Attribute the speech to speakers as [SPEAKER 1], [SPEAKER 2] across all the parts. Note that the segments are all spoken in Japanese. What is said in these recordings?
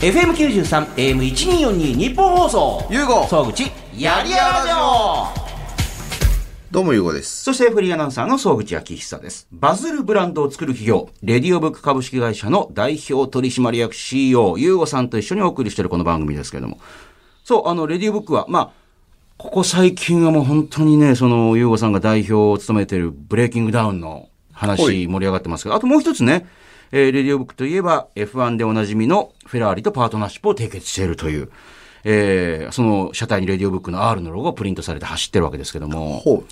[SPEAKER 1] FM93、AM1242、日本放送。
[SPEAKER 2] ゆうご
[SPEAKER 1] 総口、やりやらでよ
[SPEAKER 2] どうもゆうごです。
[SPEAKER 1] そしてフリーアナウンサーの総口昭久です。バズるブランドを作る企業、レディオブック株式会社の代表取締役 CEO、ゆうごさんと一緒にお送りしているこの番組ですけれども。そう、あの、レディオブックは、まあ、ここ最近はもう本当にね、その、ゆうごさんが代表を務めているブレイキングダウンの
[SPEAKER 2] は
[SPEAKER 1] 話
[SPEAKER 2] い
[SPEAKER 1] 盛り上がってますけど、あともう一つね、えーレディオブックといえば F1 でおなじみのフェラーリとパートナーシップを締結しているという、えーその車体にレディオブックの R のロゴがプリントされて走ってるわけですけども。
[SPEAKER 2] ほう。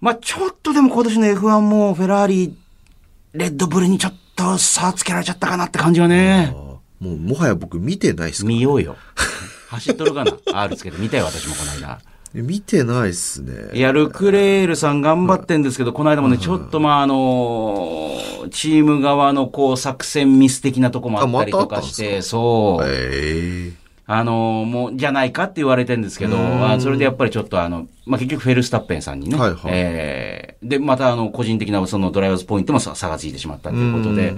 [SPEAKER 1] まあちょっとでも今年の F1 もフェラーリ、レッドブルにちょっと差つけられちゃったかなって感じはね。
[SPEAKER 2] あもう、もはや僕見てないっすか
[SPEAKER 1] 見ようよ。走っとるかな ?R つけて見たよ、私もこの間。
[SPEAKER 2] 見てないっすね。
[SPEAKER 1] いや、ルクレールさん頑張ってんですけど、この間もね、ちょっとまあ、あのーチーム側のこう、作戦ミス的なとこもあったりとかし
[SPEAKER 2] あまたあったん
[SPEAKER 1] て、
[SPEAKER 2] で
[SPEAKER 1] そう。
[SPEAKER 2] ええ
[SPEAKER 1] あのーもう、じゃないかって言われてるんですけど、あそれでやっぱりちょっとあの、まあ、結局フェルスタッペンさんにね、
[SPEAKER 2] はいはい
[SPEAKER 1] えーで、またあの、個人的なそのドライバーズポイントもさ差がついてしまったということで、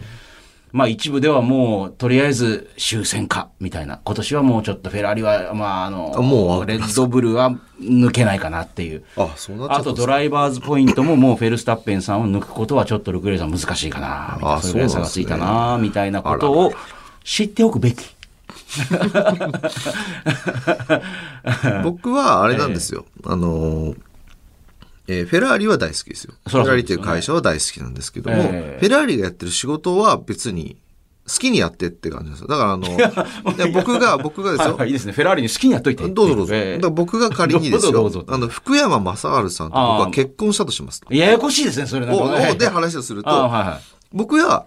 [SPEAKER 1] まあ一部ではもう、とりあえず終戦か、みたいな。今年はもうちょっとフェラーリは、まああの、
[SPEAKER 2] あもう
[SPEAKER 1] レッドブルは抜けないかなっていう。
[SPEAKER 2] あ、そうなっちゃった
[SPEAKER 1] あとドライバーズポイントももうフェルスタッペンさんを抜くことはちょっとルクレールさん難しいかな、みたいな。
[SPEAKER 2] あ
[SPEAKER 1] それぐらい
[SPEAKER 2] そう
[SPEAKER 1] 差が
[SPEAKER 2] なんで
[SPEAKER 1] つ
[SPEAKER 2] すね
[SPEAKER 1] いたな、みたいなことを知っておくべき。
[SPEAKER 2] 僕はあれなんですよ。あのーえーフェラーリは大好きですよ。
[SPEAKER 1] そらそ
[SPEAKER 2] フェラ
[SPEAKER 1] う
[SPEAKER 2] ー
[SPEAKER 1] で
[SPEAKER 2] リ
[SPEAKER 1] す
[SPEAKER 2] とい
[SPEAKER 1] よね
[SPEAKER 2] う会社は大好きなんですけども、
[SPEAKER 1] ええ
[SPEAKER 2] フェラーリがやってる仕事は別に好きにやってって感じなんですよ。だから あの、いや僕が、僕がですよ
[SPEAKER 1] はいは。いいですね。フェラーリに好きにやっといて。
[SPEAKER 2] どうぞどうぞ。
[SPEAKER 1] え
[SPEAKER 2] だ
[SPEAKER 1] え
[SPEAKER 2] から僕が仮にですよ。
[SPEAKER 1] どうぞどうぞ
[SPEAKER 2] あの、福山雅治さんと僕
[SPEAKER 1] あ
[SPEAKER 2] は
[SPEAKER 1] ー
[SPEAKER 2] 結婚したとします。
[SPEAKER 1] ややこしいですね、それなんか
[SPEAKER 2] を
[SPEAKER 1] ね。
[SPEAKER 2] で話をすると、
[SPEAKER 1] あは
[SPEAKER 2] 僕は、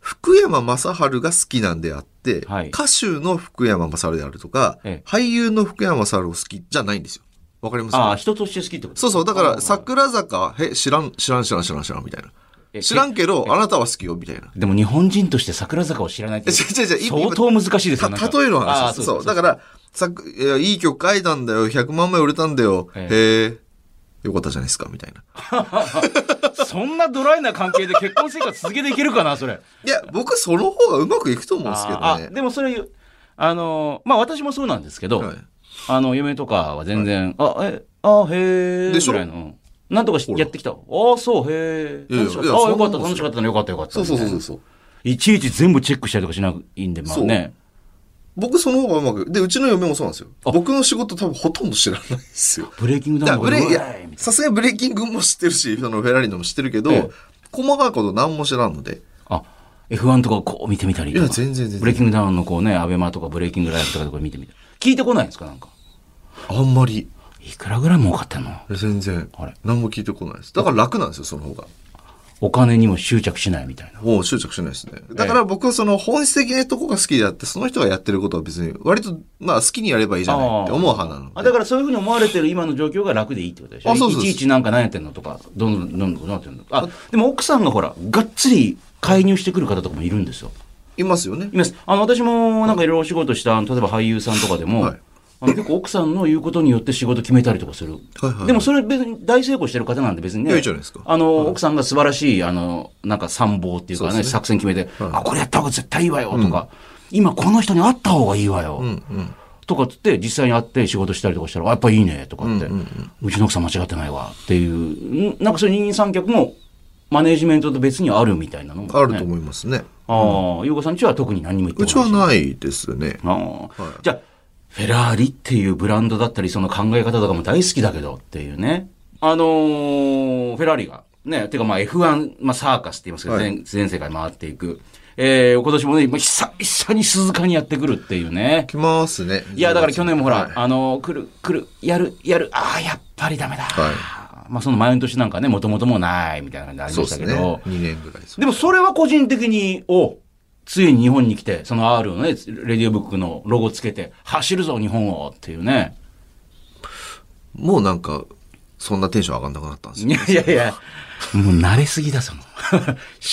[SPEAKER 2] 福山雅治が好きなんであって、
[SPEAKER 1] はい
[SPEAKER 2] 歌手の福山雅治であるとか、
[SPEAKER 1] ええ
[SPEAKER 2] 俳優の福山雅治を好きじゃないんですよ。わかりま
[SPEAKER 1] いはい。ああ、
[SPEAKER 2] す
[SPEAKER 1] 人として好きってこと
[SPEAKER 2] そうそう、だか
[SPEAKER 1] あ
[SPEAKER 2] ら、
[SPEAKER 1] あ
[SPEAKER 2] 桜坂、え、知らん、知らん、知らん、知らん、知らん、みたい
[SPEAKER 1] え
[SPEAKER 2] な。知らんけど、あなたは好きよ、みたいな。
[SPEAKER 1] でも日本人として桜坂を知らないって。
[SPEAKER 2] え違う違う違う
[SPEAKER 1] 相当難しいです
[SPEAKER 2] た、
[SPEAKER 1] よ。なんか
[SPEAKER 2] 例えの
[SPEAKER 1] あ
[SPEAKER 2] 話
[SPEAKER 1] あそ
[SPEAKER 2] です。
[SPEAKER 1] う
[SPEAKER 2] そ、
[SPEAKER 1] そうう
[SPEAKER 2] だから、さいやいい曲書いたんだよ、100万枚売れたんだよ、
[SPEAKER 1] え
[SPEAKER 2] へえ、よかったじゃないですか、みたいな。
[SPEAKER 1] そんなドライな関係で結婚生活続けていけるかな、それ。
[SPEAKER 2] いや、僕、 その方がうまくいくと思うんですけどね。
[SPEAKER 1] ああでもそれ、あの、まあ私もそうなんですけど、
[SPEAKER 2] はい
[SPEAKER 1] あの、嫁とかは全然、あ、え、あ、へえ、
[SPEAKER 2] でしょ
[SPEAKER 1] ぐらいの。なんとかし
[SPEAKER 2] ほら
[SPEAKER 1] やってきた。ああ、そう、へえ。
[SPEAKER 2] いやいや
[SPEAKER 1] 楽しかっ
[SPEAKER 2] い
[SPEAKER 1] た
[SPEAKER 2] や
[SPEAKER 1] ああ、
[SPEAKER 2] そ
[SPEAKER 1] よか
[SPEAKER 2] んなもん
[SPEAKER 1] った、楽しかったね、よかった、よかった。
[SPEAKER 2] そうそうそうそうそう。
[SPEAKER 1] いちいち全部チェックしたりとかしないんで、まあね。
[SPEAKER 2] 僕その方がうまく。で、うちの嫁もそうなんですよ。
[SPEAKER 1] あ
[SPEAKER 2] 僕の仕事多分ほとんど知らないですよ。
[SPEAKER 1] ブレイキング
[SPEAKER 2] だ
[SPEAKER 1] ダ
[SPEAKER 2] か
[SPEAKER 1] ウ
[SPEAKER 2] ら
[SPEAKER 1] ンが
[SPEAKER 2] ブレイ、い
[SPEAKER 1] うわー
[SPEAKER 2] や
[SPEAKER 1] いみ、たい
[SPEAKER 2] さすがにブレイキングも知ってるし、そのフェラーリのも知ってるけど、
[SPEAKER 1] ええ
[SPEAKER 2] 細かいこと何も知らんので。
[SPEAKER 1] なあ、F1 とかこう見てみたりとか。
[SPEAKER 2] いや全然全然
[SPEAKER 1] ブレイキングダウンのこうね、アベマとかブレイキングライブとかでこれ見てみたり。聞いてこないんですかなんか。
[SPEAKER 2] あんまり。
[SPEAKER 1] いくらぐらい儲かってんの
[SPEAKER 2] 全然
[SPEAKER 1] あれ。
[SPEAKER 2] 何も聞いてこないです。だから楽なんですよ、その方が。
[SPEAKER 1] お金にも執着しないみたいな。
[SPEAKER 2] もう執着しないですね。だから僕はその本質的なとこが好きであって、その人がやってることは別に、割と、まあ好きにやればいいじゃないって思う派なの
[SPEAKER 1] あ
[SPEAKER 2] で。
[SPEAKER 1] だからそういうふうに思われてる今の状況が楽でいいってことでしょ
[SPEAKER 2] あそうそうそう
[SPEAKER 1] いちいちなんか何やってんのとか、どんどんどんどんどうなってんのあ、でも奥さんがほら、がっつり介入してくる方とかもいるんですよ。
[SPEAKER 2] いますよね
[SPEAKER 1] い。ます。あの、私もなんかいろいろお仕事した、あの例えば俳優さんとかでも、
[SPEAKER 2] はい
[SPEAKER 1] あの結構奥さんの言うことによって仕事決めたりとかする。
[SPEAKER 2] はいはい
[SPEAKER 1] でもそれ別に大成功してる方なんで別に
[SPEAKER 2] い
[SPEAKER 1] ね。
[SPEAKER 2] やいいじゃないですか
[SPEAKER 1] あの、奥さんが素晴らしい、あの、なんか参謀っていうかね、
[SPEAKER 2] そうですね
[SPEAKER 1] 作戦決めて、あ、これやった方が絶対いいわよとか、今この人に会った方がいいわよ。
[SPEAKER 2] うんうん。
[SPEAKER 1] とかっつって実際に会って仕事したりとかしたら、あやっぱいいねとかって、うちの奥さん間違ってないわっていう、んなんかそういう二人三脚もマネージメントと別にあるみたいなのも、ね。
[SPEAKER 2] あると思いますね。
[SPEAKER 1] ああ、ゆうこさんちは特に何も言ってこ
[SPEAKER 2] うち
[SPEAKER 1] ない
[SPEAKER 2] はないですね。
[SPEAKER 1] ああじゃあ、フェラーリっていうブランドだったり、その考え方とかも大好きだけどっていうね。あのーフェラーリが、ね、てかまあ F1、まあサーカスって言いますけど、
[SPEAKER 2] はい
[SPEAKER 1] 全全世界回っていく。えー、今年もね、今久々に鈴鹿にやってくるっていうね。
[SPEAKER 2] 来ますね。
[SPEAKER 1] いや、だから去年もほら、
[SPEAKER 2] はい
[SPEAKER 1] あの、来る、来る、やる、やる、ああ、やっぱりダメだ。
[SPEAKER 2] はい
[SPEAKER 1] まあ、その前の年なんかね、もともともうない、みたいな感じであり
[SPEAKER 2] そう
[SPEAKER 1] ま
[SPEAKER 2] で
[SPEAKER 1] した
[SPEAKER 2] す
[SPEAKER 1] け
[SPEAKER 2] ね。
[SPEAKER 1] ど。
[SPEAKER 2] 2年ぐらいです
[SPEAKER 1] でもそれは個人的に、おついに日本に来て、その R のね、レディオブックのロゴつけて、走るぞ、日本をっていうね。
[SPEAKER 2] もうなんか、そんなテンション上がんなくなったんです
[SPEAKER 1] い
[SPEAKER 2] よ。
[SPEAKER 1] やいやいや、 もう慣れすぎだ、その。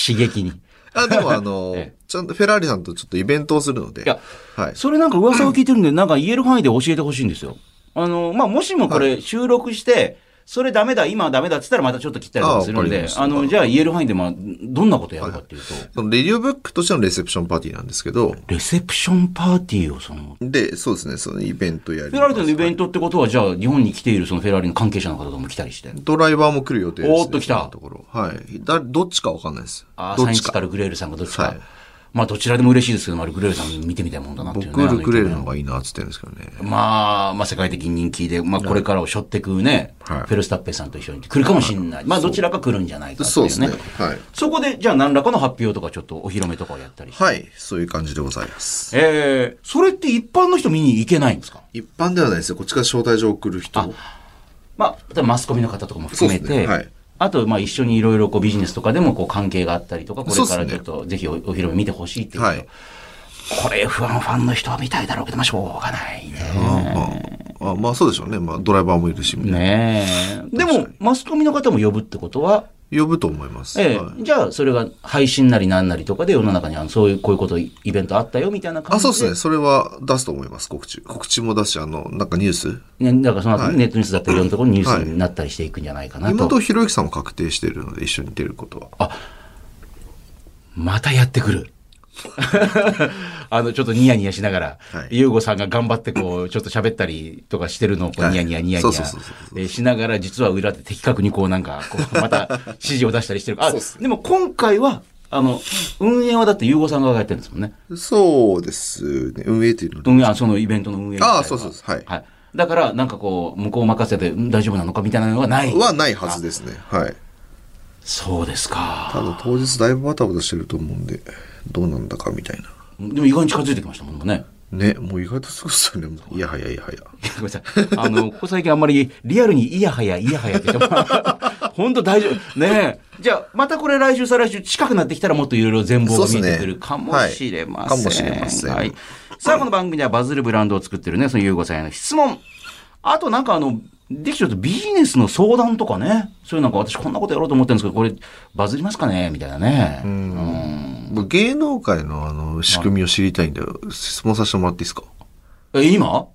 [SPEAKER 1] 刺激に。
[SPEAKER 2] あ、でもあの
[SPEAKER 1] ええ、
[SPEAKER 2] ちゃんとフェラーリさんとちょっとイベントをするので。
[SPEAKER 1] いや
[SPEAKER 2] はい。
[SPEAKER 1] それなんか噂を聞いてるんで、なんか言える範囲で教えてほしいんですよ。あの、まあ、もしもこれ収録して、それダメだ、今はダメだって言ったらまたちょっと切ったりとかするん
[SPEAKER 2] あわかり
[SPEAKER 1] で
[SPEAKER 2] ま、し
[SPEAKER 1] あ
[SPEAKER 2] た
[SPEAKER 1] の、じゃあ言える範囲で、まあ、どんなことやるかっていうと、
[SPEAKER 2] そのレディオブックとしてのレセプションパーティーなんですけど、
[SPEAKER 1] レセプションパーティーをその、
[SPEAKER 2] で、そうですね、そのイベントやり
[SPEAKER 1] フェラーリとのイベ
[SPEAKER 2] ン
[SPEAKER 1] ントってことは、じゃあ日本に来ているそのフェラーリの関係者の方とも来たりして。
[SPEAKER 2] ト。ドライバーも来る予定です、ね。
[SPEAKER 1] おーっと来た
[SPEAKER 2] 今のところ。はい。だ、どっちかわかんないです。
[SPEAKER 1] あー
[SPEAKER 2] ど
[SPEAKER 1] サイ
[SPEAKER 2] っ
[SPEAKER 1] ン
[SPEAKER 2] ち
[SPEAKER 1] チカ
[SPEAKER 2] か。
[SPEAKER 1] ルグレールさんがどっちか。
[SPEAKER 2] はい
[SPEAKER 1] まあ、どちらでも嬉しいですけど、まあ、ルグレールさん見てみたいもんだなっていうね。
[SPEAKER 2] 僕
[SPEAKER 1] あの
[SPEAKER 2] ルクレールの方がいいなって言ってるんですけどね。
[SPEAKER 1] まあ、まあ、世界的人気で、まあ、これからを背負ってくね、
[SPEAKER 2] はい
[SPEAKER 1] フェルスタッペさんと一緒に来るかもしれない。まあ、どちらか来るんじゃないかっていう
[SPEAKER 2] そう
[SPEAKER 1] ね。
[SPEAKER 2] ですね。はい。
[SPEAKER 1] そこで、じゃあ何らかの発表とか、ちょっとお披露目とかをやったりして。
[SPEAKER 2] はい。そういう感じでございます。
[SPEAKER 1] えー、それって一般の人見に行けないんですか
[SPEAKER 2] 一般ではないですよ。こっちから招待状を送る人。
[SPEAKER 1] まあ、例えばマスコミの方とかも含め
[SPEAKER 2] そうで
[SPEAKER 1] て、
[SPEAKER 2] すねはい
[SPEAKER 1] あと、まあ、一緒にいろいろこうビジネスとかでもこう関係があったりとか、これか
[SPEAKER 2] そう
[SPEAKER 1] ら
[SPEAKER 2] です
[SPEAKER 1] ちょ
[SPEAKER 2] ね
[SPEAKER 1] っとぜひおお披露目見てほしいっていう、
[SPEAKER 2] はい。
[SPEAKER 1] これ F1 ファンの人は見たいだろうけど、まあ、しょうがないね。
[SPEAKER 2] まあ、あまあそうでしょうね。まあドライバーもいるし、みたいな
[SPEAKER 1] ねえ。でも、マスコミの方も呼ぶってことは、
[SPEAKER 2] 呼ぶと思います。
[SPEAKER 1] ええ
[SPEAKER 2] はい
[SPEAKER 1] じゃあ、それが配信なりなんなりとかで世の中にあのそういう、こういうこと、イベントあったよみたいな感
[SPEAKER 2] あ、
[SPEAKER 1] じで。
[SPEAKER 2] そうですね。それは出すと思います。告知。告知も出すし、あの、なんかニュース。
[SPEAKER 1] ね。だからその後ネットニュースだったり、いろんなところにニュース
[SPEAKER 2] は
[SPEAKER 1] になったりしていくんじゃないかなと。
[SPEAKER 2] 妹ひろゆきさんも確定してるので、一緒に出ることは。
[SPEAKER 1] またやってくる。 あの、ちょっとニヤニヤしながら、
[SPEAKER 2] はい
[SPEAKER 1] ゆうごさんが頑張ってこう、ちょっと喋ったりとかしてるのをこう、
[SPEAKER 2] はい
[SPEAKER 1] ニヤニヤニヤニ
[SPEAKER 2] そ
[SPEAKER 1] ヤ
[SPEAKER 2] うそうそうそう
[SPEAKER 1] えーしながら、実は裏で的確にこう、なんか、こう、ま た指示を出したりしてる。あ、
[SPEAKER 2] そうっすね
[SPEAKER 1] でも今回は、あの、運営はだってゆうごさんがやってるんですもんね。
[SPEAKER 2] そうですね。運営というので。
[SPEAKER 1] 運営、あそのイベントの運営みたいな
[SPEAKER 2] ああそうそうそうはい
[SPEAKER 1] はい。だから、なんかこう、向こう任せてうん大丈夫なのかみたいなのがない。
[SPEAKER 2] はないはずですね。はい。
[SPEAKER 1] そうです
[SPEAKER 2] た
[SPEAKER 1] か。
[SPEAKER 2] だ当日だいぶバタバタしてると思うんで、どうなんだかみたいな。
[SPEAKER 1] でも意外に近づいてきましたもんね。
[SPEAKER 2] ね、もう意外とすごいですよね。もういやはやいやはや。
[SPEAKER 1] ごめんなさい。あの、ここ最近あんまりリアルにいやはやいやはやって言っても、 本当大丈夫。ねえ。じゃあ、またこれ来週再来週近くなってきたらもっといろいろ全貌が見えてくるかもしれません。
[SPEAKER 2] そうっすねはいかもしれません
[SPEAKER 1] はい。さあ、この番組ではバズるブランドを作ってるね、そのゆうごさんへの質問。あとなんかあの、できちゃうとビジネスの相談とかね。そういうなんか私こんなことやろうと思ってるんですけど、これバズりますかねみたいなね。うん
[SPEAKER 2] 僕芸能界のあの、仕組みを知りたいんで、質問させてもらっていいですか
[SPEAKER 1] え、今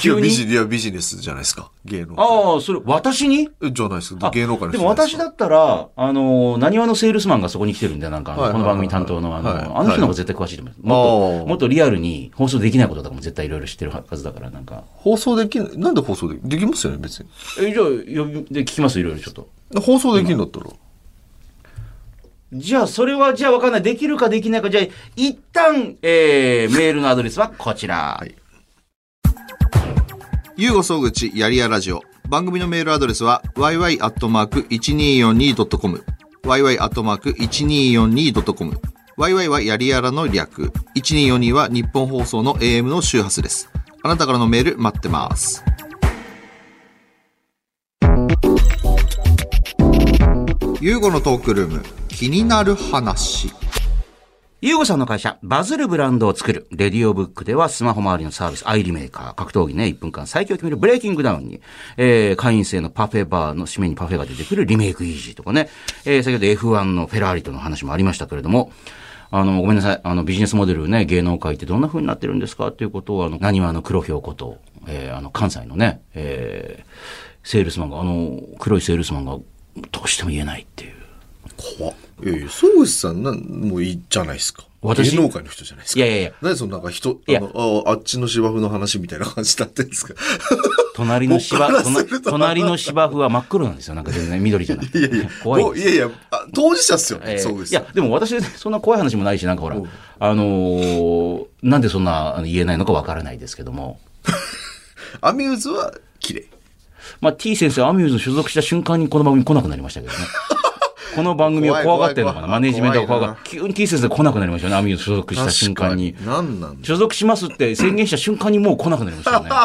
[SPEAKER 1] 急
[SPEAKER 2] いや
[SPEAKER 1] に
[SPEAKER 2] ビジいやビジネスじゃないですか。芸能界。
[SPEAKER 1] ああ、それ、私に
[SPEAKER 2] えじゃないです
[SPEAKER 1] あ
[SPEAKER 2] か。芸能界の人
[SPEAKER 1] でも私だ
[SPEAKER 2] っ
[SPEAKER 1] ったら、あの、なにわのセールスマンがそこに来てるんで、なんかあの、
[SPEAKER 2] はい
[SPEAKER 1] この番組担当の、あの、
[SPEAKER 2] はいはい
[SPEAKER 1] あの人の方が絶対詳しいと思います。もっ
[SPEAKER 2] あ
[SPEAKER 1] と、
[SPEAKER 2] ー
[SPEAKER 1] もっとリアルに放送できないこととかも絶対いろいろ知ってるはずだから、なんか。
[SPEAKER 2] 放送できん、なんで放送でき、できますよね、別に。
[SPEAKER 1] え、じゃあ、呼びで聞きます、いろいろちょっと。
[SPEAKER 2] 放送できるんだったら。
[SPEAKER 1] じゃあ、それは、じゃあ、わかんない。できるかできないか。じゃあ、一旦、えー、メールのアドレスはこちら。
[SPEAKER 2] いゆうご総口やりやラジオ。番組のメールアドレスは yy.1242.com。yy.1242.com。yy はやりやらの略。1242は日本放送の AM の周波数です。あなたからのメール待ってます。ゆうごのトークルーム、気になる話。
[SPEAKER 1] ゆうごさんの会社、バズるブランドを作る、レディオブックではスマホ周りのサービス、アイリメーカー、格闘技ね、1分間最強を決めるブレイキングダウンに、えー、会員制のパフェバーの締めにパフェが出てくるリメイクイージーとかね、えー、先ほど F1 のフェラーリとの話もありましたけれども、あの、ごめんなさい、あの、ビジネスモデルね、芸能界ってどんな風になってるんですかっていうことを、あの、何はあの、黒ひょうこと、えー、あの、関西のね、えー、セールスマンが、あの、黒いセールスマンが、どうしても言えないっていう。
[SPEAKER 2] 怖っいやいや、総口さんなん、もういいじゃないですか。
[SPEAKER 1] 私
[SPEAKER 2] 芸能界の人じゃないです
[SPEAKER 1] いや
[SPEAKER 2] か。
[SPEAKER 1] いやいや、
[SPEAKER 2] 何でそのなんか人、
[SPEAKER 1] いや
[SPEAKER 2] あのああっちの芝生の話みたいな感じになってるんですか
[SPEAKER 1] 隣の芝
[SPEAKER 2] 僕からする
[SPEAKER 1] 隣
[SPEAKER 2] と
[SPEAKER 1] 隣の芝生は真っ黒なんですよ。なんか全然緑じゃなくて。怖いん
[SPEAKER 2] お
[SPEAKER 1] です。
[SPEAKER 2] いやいや、あ当事者っすよね、
[SPEAKER 1] えー
[SPEAKER 2] そうで
[SPEAKER 1] い
[SPEAKER 2] す。
[SPEAKER 1] や、でも私、そんな怖い話もないし、なんかほら、あのーなんでそんなあの言えないのかわからないですけども、
[SPEAKER 2] アミューズは綺麗。
[SPEAKER 1] まあ、T 先生、アミューズ所属した瞬間にこの番組来なくなりました けどね。この番組を怖がってるのかな、マ
[SPEAKER 2] 怖い怖い
[SPEAKER 1] ネジメントが怖が
[SPEAKER 2] 怖いな
[SPEAKER 1] 急に T 先生来なくなりましたよね、アミューズ所属した瞬間に。
[SPEAKER 2] 確か何なんだ
[SPEAKER 1] 所属しますって宣言した瞬間にもう来なくなりましたよね。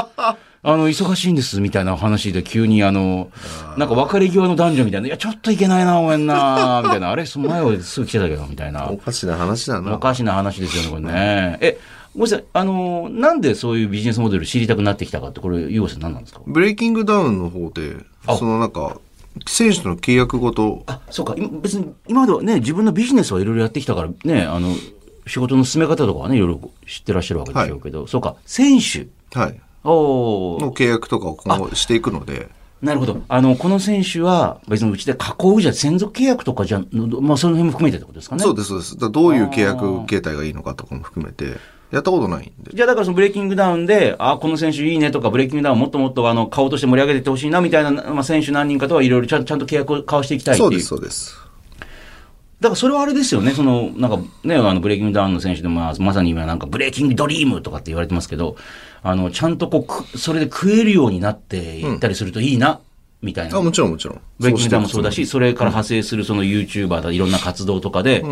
[SPEAKER 1] あの、忙しいんですみたいな話で急にあの、なんか別れ際の男女みたいな、いや、ちょっといけないな、ごめんな、 みたいな、あれ、その前はすぐ来てたけど、みたいな
[SPEAKER 2] お。かしな話だ
[SPEAKER 1] お
[SPEAKER 2] な。
[SPEAKER 1] かしな話ですよね、これね。え、ごめんなさい、あの、なんでそういうビジネスモデル知りたくなってきたかって、これ、ゆうごさん何なんですか
[SPEAKER 2] ブレイキングダウンの方で、
[SPEAKER 1] あ
[SPEAKER 2] そのなんか、選手との契約ごと、
[SPEAKER 1] あ、そうか、今別に、今まではね、自分のビジネスはいろいろやってきたから、ね、あの、仕事の進め方とかはね、いろいろ知ってらっしゃるわけでしょうけど、そうか、選手。
[SPEAKER 2] はい、
[SPEAKER 1] おー
[SPEAKER 2] の契約とかを今後していくので、
[SPEAKER 1] なるほど。あの、この選手は、別にうちで加工じゃ、専属契約とかじゃ、のまあ、その辺も含めてってことですかね。
[SPEAKER 2] そうです、そうです。だからどういう契約形態がいいのかとかも含めて、やったことないんで。
[SPEAKER 1] じゃあだからそのブレイキングダウンで、あこの選手いいねとか、ブレイキングダウンもっともっとあの顔として盛り上げていってほしいなみたいな、まあ、選手何人かとはいろいろちゃんちゃんと契約を交わしていきたいってい
[SPEAKER 2] そう
[SPEAKER 1] う。
[SPEAKER 2] です、そうです。
[SPEAKER 1] だからそれはあれですよね、その、なんかね、あのブレイキングダウンの選手でも、まあまさに今なんかブレイキングドリームとかって言われてますけど、あの、ちゃんとこうく、それで食えるようになっていったりするといいな、みたいな
[SPEAKER 2] あ、。もちろん、もちろん。
[SPEAKER 1] ブレイキングダウンもそうだ
[SPEAKER 2] し。
[SPEAKER 1] し、それから派生するその YouTuber だ、いろんな活動とかで、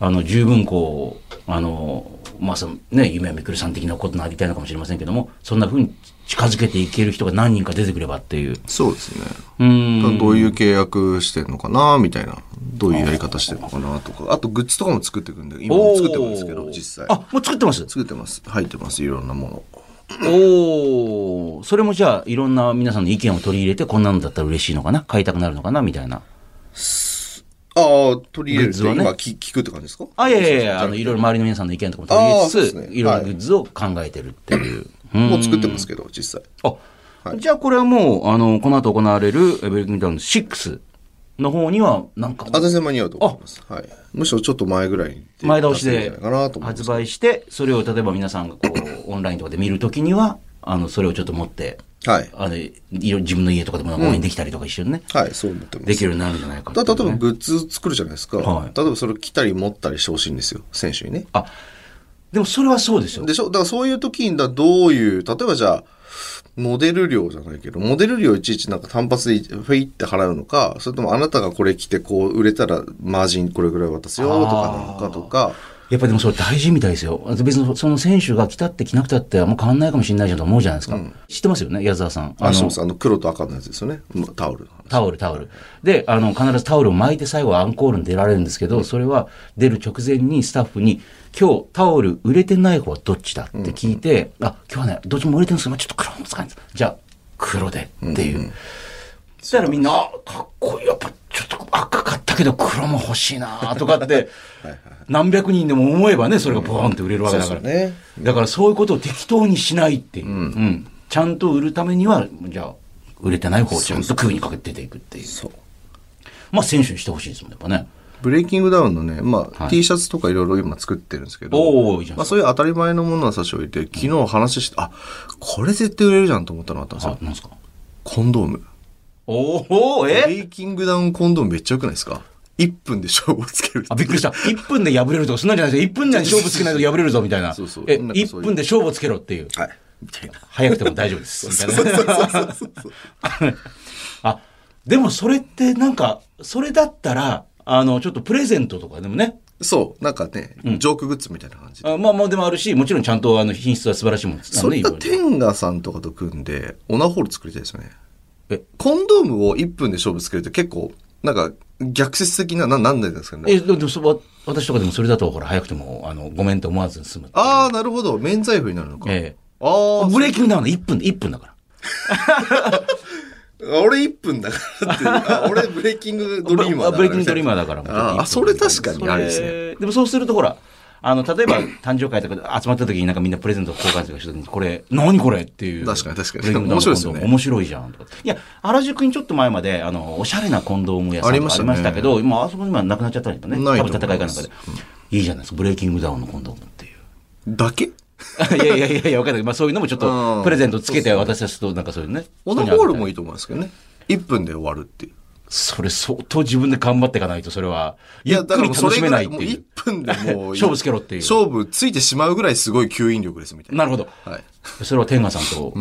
[SPEAKER 1] あの、十分こう、あの、まあ、そのね、夢はみくるさん的なことになりたいのかもしれませんけども、そんな風に近づけていける人が何人か出てくればっていう。
[SPEAKER 2] そうですね。
[SPEAKER 1] うーん。
[SPEAKER 2] どういう契約してんのかなみたいな。どういうやり方してんのかなとか。あと、グッズとかも作っていくんで、今も作ってますけど、実際。
[SPEAKER 1] あ、もう作ってます。
[SPEAKER 2] 作ってます。入ってます。いろんなもの。
[SPEAKER 1] おお。それもじゃあ、いろんな皆さんの意見を取り入れて、こんなのだったら嬉しいのかな買いたくなるのかなみたいな。
[SPEAKER 2] ああ、取り入れるって、
[SPEAKER 1] グッズはね
[SPEAKER 2] 今聞聞くって感じですか
[SPEAKER 1] あ、いやいやいや、あの、いろいろ周りの皆さんの意見とかも取り入れ
[SPEAKER 2] あー
[SPEAKER 1] つつ、
[SPEAKER 2] そうですね
[SPEAKER 1] いろんなグッズを考えてるっていう。うん
[SPEAKER 2] もう作ってますけど、実際。
[SPEAKER 1] あ、じゃあこれはもう、あの、この後行われる、えブレイキングダウン6の方には、なんか、
[SPEAKER 2] あ、全然間に合うと思います。はい。むしろちょっと前ぐらいに。
[SPEAKER 1] 前倒し
[SPEAKER 2] 出せ
[SPEAKER 1] で
[SPEAKER 2] るんじゃないかなと思います
[SPEAKER 1] 発売して、それを例えば皆さんがこ う、オンラインとかで見るときには、あの、それをちょっと持って、
[SPEAKER 2] はい。
[SPEAKER 1] あの、いろ自分の家とかでも応援できたりとか一緒にね、
[SPEAKER 2] はい、そう思ってます。
[SPEAKER 1] できるようになるんじゃないかってい
[SPEAKER 2] だ
[SPEAKER 1] うね
[SPEAKER 2] 例えばグッズ作るじゃないですか。
[SPEAKER 1] はい
[SPEAKER 2] 例えばそれを着たり持ったりしてほしいんですよ、選手にね。
[SPEAKER 1] あ、でもそれはそうですよ。
[SPEAKER 2] でしょだからそういう時にだどういう、例えばじゃあ、モデル料じゃないけど、モデル料いちいちなんか単発でフェイって払うのか、それともあなたがこれ着てこう売れたらマージンこれぐらい渡すよとかなんかとか、
[SPEAKER 1] やっぱでもそれ大事みたいですよ。別にその選手が来たって来なくたってあんま変わんないかもしれないじゃんと思うじゃないですか。知ってますよね、矢沢さん。
[SPEAKER 2] あ
[SPEAKER 1] の
[SPEAKER 2] そうですあの黒と赤のやつですよね、タオルの話。
[SPEAKER 1] タオル、タオル。で、あの、必ずタオルを巻いて最後はアンコールに出られるんですけど、それは出る直前にスタッフに、今日タオル売れてない方はどっちだって聞いて、あ、今日はね、どっちも売れてるんですけど、まあちょっと黒も使えんです。じゃあ、黒でっていう。そしたらみんな、あかっこいい。やっぱちょっと赤かったけど黒も欲しいなとか って、何百人でも思えばね、それがボーンって売れるわけだから。
[SPEAKER 2] そうですよね
[SPEAKER 1] だからそういうことを適当にしないっていう。うんちゃんと売るためには、じゃあ、売れてない方をちゃんと空にかけて出ていくっていう。
[SPEAKER 2] そう。
[SPEAKER 1] まあ、選手にしてほしいですもん、やっぱね。
[SPEAKER 2] ブレイキングダウンのね、まあ、T シャツとかいろいろ今作ってるんですけど、
[SPEAKER 1] おーいいじゃん
[SPEAKER 2] まあ、そういう当たり前のものは差し置いて、昨日話して、あ、これ絶対売れるじゃんと思ったのがあったんです
[SPEAKER 1] あ
[SPEAKER 2] よ、。
[SPEAKER 1] なんですか。
[SPEAKER 2] コンドーム。
[SPEAKER 1] おお
[SPEAKER 2] ブ
[SPEAKER 1] え
[SPEAKER 2] レイキングダウンコンドームめっちゃ良くないですか ?1 分で勝負つける。
[SPEAKER 1] あ、びっくりした。1分で破れるとか、そんなんじゃないですよ。1分内に勝負つけないと破れるぞ、みたいな。
[SPEAKER 2] そうそう
[SPEAKER 1] え、
[SPEAKER 2] なんかそ
[SPEAKER 1] 1
[SPEAKER 2] ういう
[SPEAKER 1] 分で勝負をつけろっていう。
[SPEAKER 2] はい。みたいな。
[SPEAKER 1] 早くても大丈夫です。みたいな。あ、でもそれってなんか、それだったら、あの、ちょっとプレゼントとかでもね、
[SPEAKER 2] そう。なんかね、ジョークグッズみたいな感じで。
[SPEAKER 1] あまあまあでもあるし、もちろんちゃんとあの品質は素晴らしいものです。
[SPEAKER 2] それが
[SPEAKER 1] あのねいろいろ
[SPEAKER 2] 天ガさんとかと組んで、オナホール作りたいですよね。
[SPEAKER 1] え
[SPEAKER 2] コンドームを1分で勝負つけるって結構、なんか、逆説的な、な、なんでですかね。
[SPEAKER 1] え、でもそわ私とかでもそれだと、ほら、早くても、あの、ごめんって思わずに済むっていう。
[SPEAKER 2] あー、なるほど。免罪符になるのか。
[SPEAKER 1] ええ
[SPEAKER 2] あ
[SPEAKER 1] ブレーキングダウンの1分、1分だから。
[SPEAKER 2] あ、俺1分だからっ て。あ俺ブレイキングドリーマーだからみたいな。
[SPEAKER 1] ブレイキングドリーマーだからもうちょっと
[SPEAKER 2] あーあ、それ確かにあれですね。
[SPEAKER 1] ね。でもそうするとほら、あの、例え ば誕生会とかで集まった時になんかみんなプレゼント交換とかした時に、これ、何これっていう。
[SPEAKER 2] 確かに確か
[SPEAKER 1] ブ
[SPEAKER 2] に
[SPEAKER 1] レイキングダウンの
[SPEAKER 2] 面白いですよ
[SPEAKER 1] コンドー
[SPEAKER 2] ね
[SPEAKER 1] ム面白いじゃんとか。いや、原宿にちょっと前まで、あの、おしゃれなコンドーム屋さんとかあ
[SPEAKER 2] あ
[SPEAKER 1] り
[SPEAKER 2] り
[SPEAKER 1] ま
[SPEAKER 2] ま
[SPEAKER 1] し
[SPEAKER 2] したね
[SPEAKER 1] たけど、今、あそこ今なくなっちゃったりとかね。
[SPEAKER 2] ない
[SPEAKER 1] 多分
[SPEAKER 2] と思います
[SPEAKER 1] 戦いかなんかで。いいじゃないですか、ブレイキングダウンのコンドームっていう。
[SPEAKER 2] だけ
[SPEAKER 1] いやいやいやいや、わかんない。まあそういうのもちょっ
[SPEAKER 2] う
[SPEAKER 1] と、
[SPEAKER 2] ん
[SPEAKER 1] プレゼントつけて私たちとなんかそういうね。
[SPEAKER 2] オナホールもいいと思いますけどね。1分で終わるっていう。
[SPEAKER 1] それ相当自分で頑張っていかないと、それは。
[SPEAKER 2] い
[SPEAKER 1] ゆっくり楽しめないって
[SPEAKER 2] もう
[SPEAKER 1] い
[SPEAKER 2] 1
[SPEAKER 1] う。
[SPEAKER 2] 分でもう。
[SPEAKER 1] 勝負つけろっていう
[SPEAKER 2] 勝負ついてしまうぐらいすごい吸引力ですみたいな。
[SPEAKER 1] なるほど。
[SPEAKER 2] はい。
[SPEAKER 1] それは天賀さんと。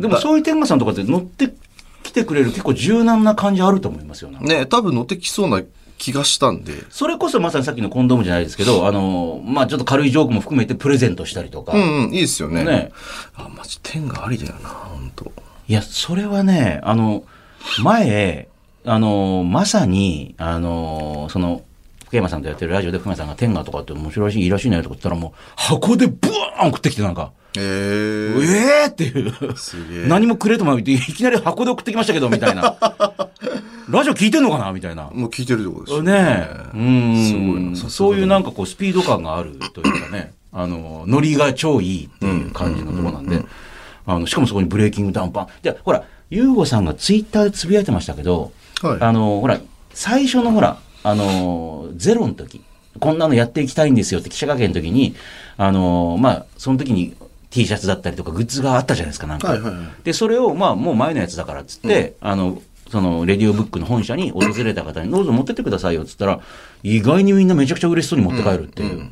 [SPEAKER 1] でもそういう天賀さんとかって乗ってきてくれる結構柔軟な感じあると思いますよね。
[SPEAKER 2] ね多分乗ってきそうな気がしたんで。
[SPEAKER 1] それこそまさにさっきのコンドームじゃないですけど、あの、まあちょっと軽いジョークも含めてプレゼントしたりとか。
[SPEAKER 2] うんうん、いいですよね。
[SPEAKER 1] ね
[SPEAKER 2] あ、マジ天がありだよな、本当
[SPEAKER 1] いや、それはね、あの、前、あの、まさに、あの、その、福山さんとやってるラジオで福山さんが天下とかって面白いらしい、いいらしいねとか言ったらもう箱でブワーン送ってきてなんか、
[SPEAKER 2] ええ
[SPEAKER 1] え
[SPEAKER 2] ー。
[SPEAKER 1] えーっていう。
[SPEAKER 2] すげえ。
[SPEAKER 1] 何もくれとも言って、いきなり箱で送ってきましたけど、みたいな。ラジオ聞いてんのかなみたいな。
[SPEAKER 2] もう聞いてるってことですよ
[SPEAKER 1] ねえ。うん。
[SPEAKER 2] すごいなさすがだな
[SPEAKER 1] そういうなんかこう、スピード感があるというかね、あの、ノリが超いいっていう感じのところなんで、あの、しかもそこにブレーキングダウンパン。で、ほら、ユーゴさんがツイッターでつぶやいてましたけど、
[SPEAKER 2] はい
[SPEAKER 1] あの、ほら、最初のほら、あの、ゼロの時、こんなのやっていきたいんですよって記者会見の時に、あの、まあ、その時に T シャツだったりとかグッズがあったじゃないですか、なんか。
[SPEAKER 2] はいはいはい
[SPEAKER 1] で、それを、まあ、もう前のやつだからっつって、あの、その、レディオブックの本社に訪れた方に、どうぞ持ってってくださいよっつったら、意外にみんなめちゃくちゃ嬉しそうに持って帰るっていう。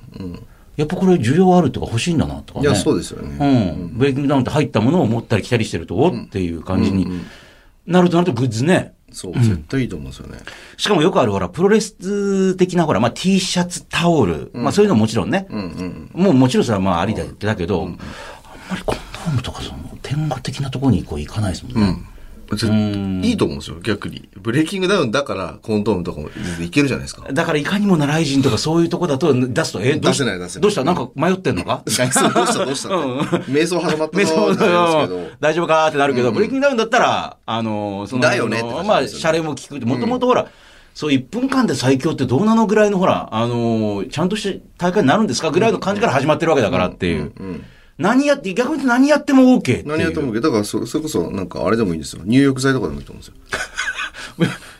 [SPEAKER 1] やっぱこれ需要あるとか欲しいんだなとか
[SPEAKER 2] い
[SPEAKER 1] ね。
[SPEAKER 2] や、そうですよね。
[SPEAKER 1] うん、ブレイキングダウンって入ったものを持ったり着たりしてると、おっていう感じになるとなるとグッズね。
[SPEAKER 2] そう、絶対いいと思うんですよね。
[SPEAKER 1] しかもよくあるほら、プロレス的なほら、まあ T シャツ、タオル、まあそういうのももちろんね。もうもちろんそれはまあありだだけど、あんまりコンドームとかその、天下的なところにこう行かないですもんね。
[SPEAKER 2] 絶いいと思うんですよ、逆に。ブレイキングダウンだから、コンドームとかも全然いけるじゃないです か。
[SPEAKER 1] だからいかにもなライジンとかそういうとこだと出すと、え、どうし
[SPEAKER 2] 出せない出せない
[SPEAKER 1] どうしたなんか迷ってんのか
[SPEAKER 2] どうしたどうした 瞑想始まった
[SPEAKER 1] 瞑想
[SPEAKER 2] のってなりますけど。
[SPEAKER 1] 大丈夫かーってなるけど、ブレイキングダウンだったら、あのー、その、
[SPEAKER 2] だよねって話
[SPEAKER 1] まあ、
[SPEAKER 2] ですよね
[SPEAKER 1] シャレも聞くって、もともとほら、そう、1分間で最強ってどうなのぐらいのほら、あのー、ちゃんとして大会になるんですかぐらいの感じから始まってるわけだからっていう。何やって、逆に言うと何やっても OK っていう。
[SPEAKER 2] 何やっても OK。だからそ、それこそ、なんかあれでもいいんですよ。入浴剤とかでもいいと思うんですよ。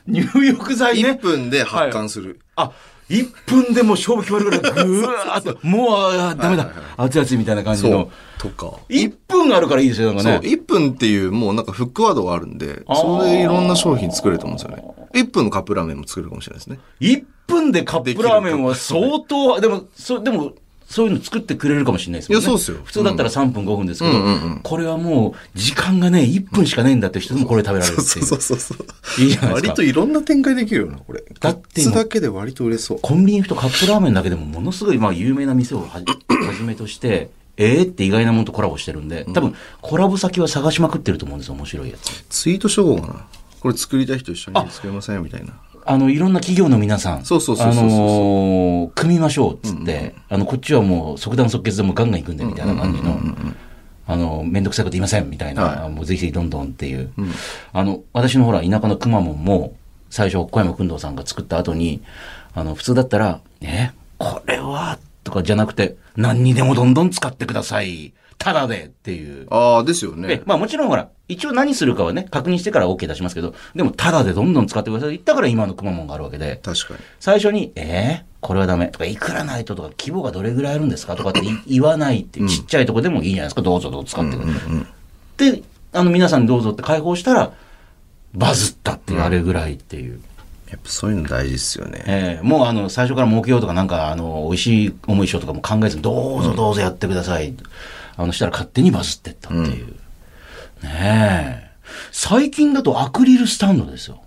[SPEAKER 1] 入浴剤ね
[SPEAKER 2] 1。分で発汗する。
[SPEAKER 1] あ、1分でもう勝負決まるぐらい、ぐ ーっと、もう、あーダメだ。熱々みたいな感じ
[SPEAKER 2] そう
[SPEAKER 1] の。。
[SPEAKER 2] とか。
[SPEAKER 1] 1分あるからいいですよ、なんか
[SPEAKER 2] そう、
[SPEAKER 1] ね。
[SPEAKER 2] 1分っていう、もうなんかフックワードがあるんで、
[SPEAKER 1] あー
[SPEAKER 2] それでいろんな商品作れると思うんですよね。1分のカップラーメンも作れるかもしれないですね。
[SPEAKER 1] 1分でカップラーメンは相当、でも、そう、でも、そういうの作ってくれるかもしれないですもんね。
[SPEAKER 2] いやそうっすよ
[SPEAKER 1] 普通だったら3分5分ですけど、これはもう、時間がね、1分しかないんだって人でもこれ食べられるっていう。
[SPEAKER 2] そうそうそうそう。
[SPEAKER 1] いいじゃないですか
[SPEAKER 2] 割と いろんな展開できるよな、これ。
[SPEAKER 1] だ
[SPEAKER 2] だ
[SPEAKER 1] っ
[SPEAKER 2] ってて。だけで割と売れそう。
[SPEAKER 1] コンビニ行くとカップラーメンだけでもものすごい、まあ、有名な店をはじはじめとして、えーって意外なものとコラボしてるんで、多分、コラボ先は探しまくってると思うんですよ、面白いやつ。
[SPEAKER 2] ツイートしようかな。これ作りたい人一緒に作りませんよみたいな。
[SPEAKER 1] あの、いろんな企業の皆さん、
[SPEAKER 2] そうそう
[SPEAKER 1] あ
[SPEAKER 2] そうそうそう
[SPEAKER 1] のー組みましょうっつって、あの、こっちはもう即断即決でもうガンガン行くんでみたいな感じの、あの、めんどくさいこと言いませんみたいな、
[SPEAKER 2] は
[SPEAKER 1] もうぜひぜひどんどんっていう、あの、私のほら、田舎のくまモンも、最初、小山くんどうさんが作った後に、あの、普通だったら、ね、これは、とかじゃなくて、何にでもどんどん使ってください。ただでっていう。
[SPEAKER 2] ああ、ですよ
[SPEAKER 1] で
[SPEAKER 2] ね、。
[SPEAKER 1] まあもちろんほら、一応何するかはね、確認してから OK 出しますけど、でもタダでどんどん使ってくださいって言ったから今のくまモンがあるわけで、
[SPEAKER 2] 確かに。
[SPEAKER 1] 最初に、えー、これはダメとか、いくらないととか、規模がどれぐらいあるんですかとかって い言わないって、ちっちゃいとこでもいいじゃないですか、どうぞどうぞ使ってください。で、あの皆さんどうぞって解放したら、バズったっていうあれぐらいっていう。
[SPEAKER 2] やっぱそういうの大事ですよね。
[SPEAKER 1] えーもうあの最初から儲けようとかなんかあの美味しい思いしようとかも考えずにどうぞどうぞやってください、あのしたら勝手にバズってったっていう、ねえ最近だとアクリルスタンドですよ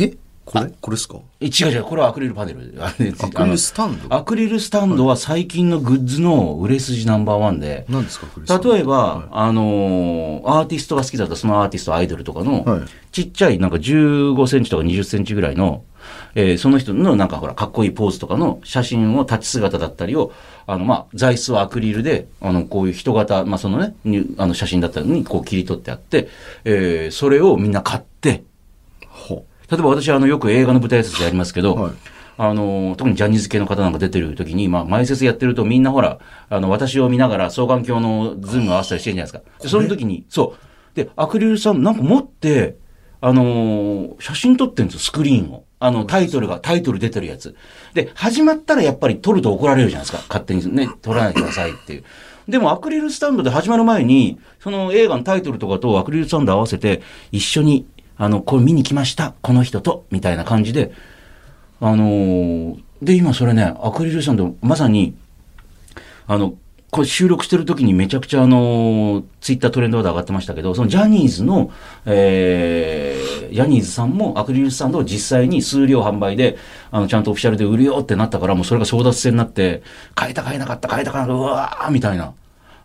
[SPEAKER 2] えこれこれですか
[SPEAKER 1] え違う違うこれはアクリルパネルアクリ
[SPEAKER 2] アクリルスタンド
[SPEAKER 1] アクリルスタンドは最近のグッズの売れ筋ナンバーワンで、
[SPEAKER 2] 何ですかこれ。
[SPEAKER 1] 例えば、あのーアーティストが好きだったそのアーティストアイドルとかの、
[SPEAKER 2] はい
[SPEAKER 1] ちっちゃいなんか15センチとか20センチぐらいの、えーその人のなんかほらかっこいいポーズとかの写真を立ち姿だったりをあのまあ材質はアクリルであのこういう人型、まあ、そのねにあの写真だったのにこう切り取ってあって、えーそれをみんな買って
[SPEAKER 2] ほ
[SPEAKER 1] 例えば私はあのよく映画の舞台挨拶でやりますけど、
[SPEAKER 2] はい
[SPEAKER 1] あの特にジャニーズ系の方なんか出てる時に、まあ、前説やってるとみんなほらあの私を見ながら双眼鏡のズームを合わせたりしてるじゃないですかでその時にそうでアクリルさんなんか持ってあのー写真撮ってるんですよスクリーンを。あの、タイトルが、タイトル出てるやつ。で、始まったらやっぱり撮ると怒られるじゃないですか。勝手にね、撮らないでくださいっていう。でも、アクリルスタンドで始まる前に、その映画のタイトルとかとアクリルスタンド合わせて、一緒に、あの、これ見に来ました、この人と、みたいな感じで、あのーで、今それね、アクリルスタンド、まさに、あの、これ収録してる時にめちゃくちゃあのー、ツイッタートレンドで上がってましたけど、そのジャニーズの、えー、ジャニーズさんもアクリルスタンドを実際に数量販売で、あの、ちゃんとオフィシャルで売るよってなったから、もうそれが争奪戦になって、買えた買えなかった買えた買えなかった、うわーみたいな。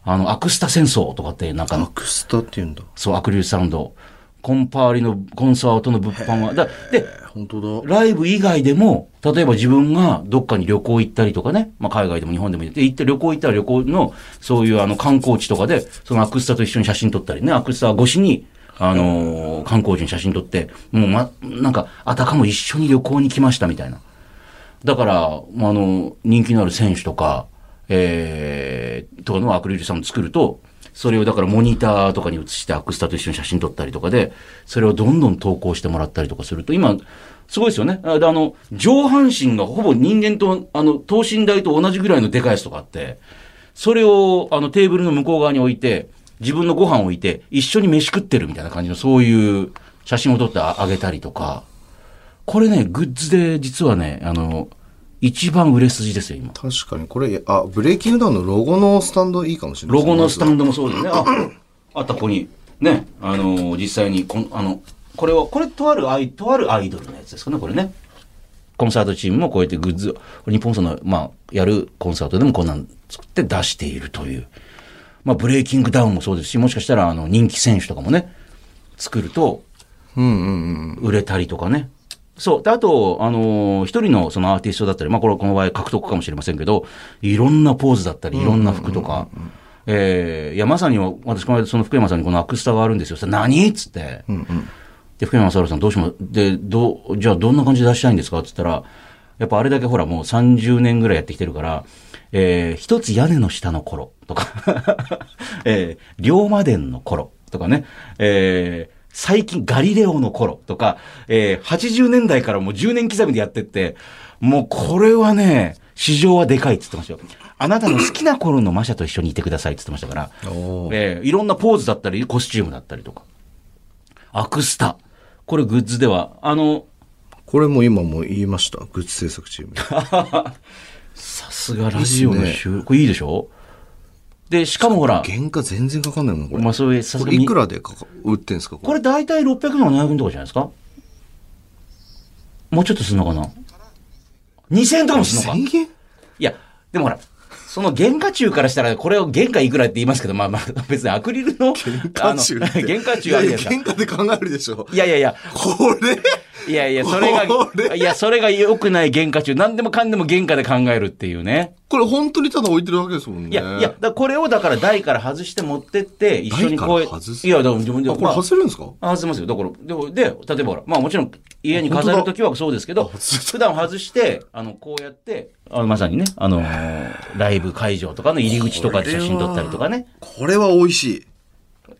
[SPEAKER 1] あの、アクスタ戦争とかってなんか
[SPEAKER 2] う。アクスタって言うんだ。
[SPEAKER 1] そう、アクリルスタンド。コンパーリのコンサートの物販は、だで、
[SPEAKER 2] えー本当だ。
[SPEAKER 1] ライブ以外でも、例えば自分がどっかに旅行行ったりとかね、まあ、海外でも日本でも行って、行って旅行行ったら旅行の、そういうあの観光地とかで、そのアクスタと一緒に写真撮ったりね、アクスタ越しに、あのー観光地に写真撮って、もうま、なんか、あたかも一緒に旅行に来ましたみたいな。だから、まああの、人気のある選手とか、えー、とかのアクリルさんを作ると、それをだからモニターとかに映してアクスタと一緒に写真撮ったりとかで、それをどんどん投稿してもらったりとかすると、今、すごいですよね。あであの、上半身がほぼ人間と、あの、等身大と同じぐらいのでかいやつとかあって、それをあのテーブルの向こう側に置いて、自分のご飯を置いて、一緒に飯食ってるみたいな感じの、そういう写真を撮ってああげたりとか、これね、グッズで実はね、あの、一番売れ筋ですよ、今。
[SPEAKER 2] 確かにこれ、あ、ブレイキングダウンのロゴのスタンドいいかもしれない
[SPEAKER 1] ロ
[SPEAKER 2] ですね。
[SPEAKER 1] ゴのスタンドもそうですね。あ、あったここに、ね、あのー実際にこん、あの、これは、これとあるアイ、とあるアイドルのやつですかね、これね。コンサートチームもこうやってグッズを、日本さんの、まあ、やるコンサートでもこんなん作って出しているという。まあ、ブレイキングダウンもそうですし、もしかしたら、あの、人気選手とかもね、作ると、
[SPEAKER 2] うんうんうん。
[SPEAKER 1] 売れたりとかね。そう。で、あと、あのー一人のそのアーティストだったり、まあこれはこの場合獲得かもしれませんけど、いろんなポーズだったり、いろんな服とか。えーいや、まさに私この間その福山さんにこのアクスタがあるんですよ。そしたら何っつって。で、福山雅治さんどうしますで、どう、じゃあどんな感じで出したいんですかって言ったら、やっぱあれだけほらもう30年ぐらいやってきてるから、えー一つ屋根の下の頃とか、 えー龍馬伝の頃とかね、えー最近ガリレオの頃とか、えー80年代からもう10年刻みでやってって、もうこれはね、市場はでかいって言ってましたよ。あなたの好きな頃のマシャと一緒にいてくださいって言ってましたから、
[SPEAKER 2] おー
[SPEAKER 1] えーいろんなポーズだったり、コスチュームだったりとか。アクスタ。これグッズでは、あの、
[SPEAKER 2] これも今もう言いました。グッズ制作チーム。
[SPEAKER 1] さすがラジオの収録、これいいでしょで、しかもほら、
[SPEAKER 2] 原価全然かかんないもん、これ。
[SPEAKER 1] まあそういう、さ
[SPEAKER 2] こ
[SPEAKER 1] すが
[SPEAKER 2] れい
[SPEAKER 1] に
[SPEAKER 2] く。らでかか売ってんすかこ
[SPEAKER 1] これ大体600円の700円とかじゃないですかもうちょっとするのかな ?2000 円とかもするのか
[SPEAKER 2] 1000円
[SPEAKER 1] いや、でもほら、その原価中からしたら、これを原価いくらって言いますけど、まあまあ、別にアクリルの、
[SPEAKER 2] 原価中
[SPEAKER 1] あ
[SPEAKER 2] って
[SPEAKER 1] の 原価中あるじゃない
[SPEAKER 2] い
[SPEAKER 1] で
[SPEAKER 2] や
[SPEAKER 1] すか。
[SPEAKER 2] 原価で考えるでしょ。
[SPEAKER 1] いやいやいや、
[SPEAKER 2] これ
[SPEAKER 1] いやいや、それ
[SPEAKER 2] こ
[SPEAKER 1] が、
[SPEAKER 2] れ
[SPEAKER 1] いや、それが良くない原価中。何でもかんでも原価で考えるっていうね。
[SPEAKER 2] これ本当にただ置いてるわけですもんね。
[SPEAKER 1] いや、いや、だからこれをだから台から外して持ってって、一緒にこうや
[SPEAKER 2] 台から外す
[SPEAKER 1] いや、だから自分で。
[SPEAKER 2] あこれ外せるんですか
[SPEAKER 1] あ外せますよ。だから、で、で例えばほら、まあもちろん家に飾るときはそうですけど、普段外して、あの、こうやって、あの、まさにね、あの、ライブ会場とかの入り口とかで写真撮ったりとかね。
[SPEAKER 2] これは美味しい。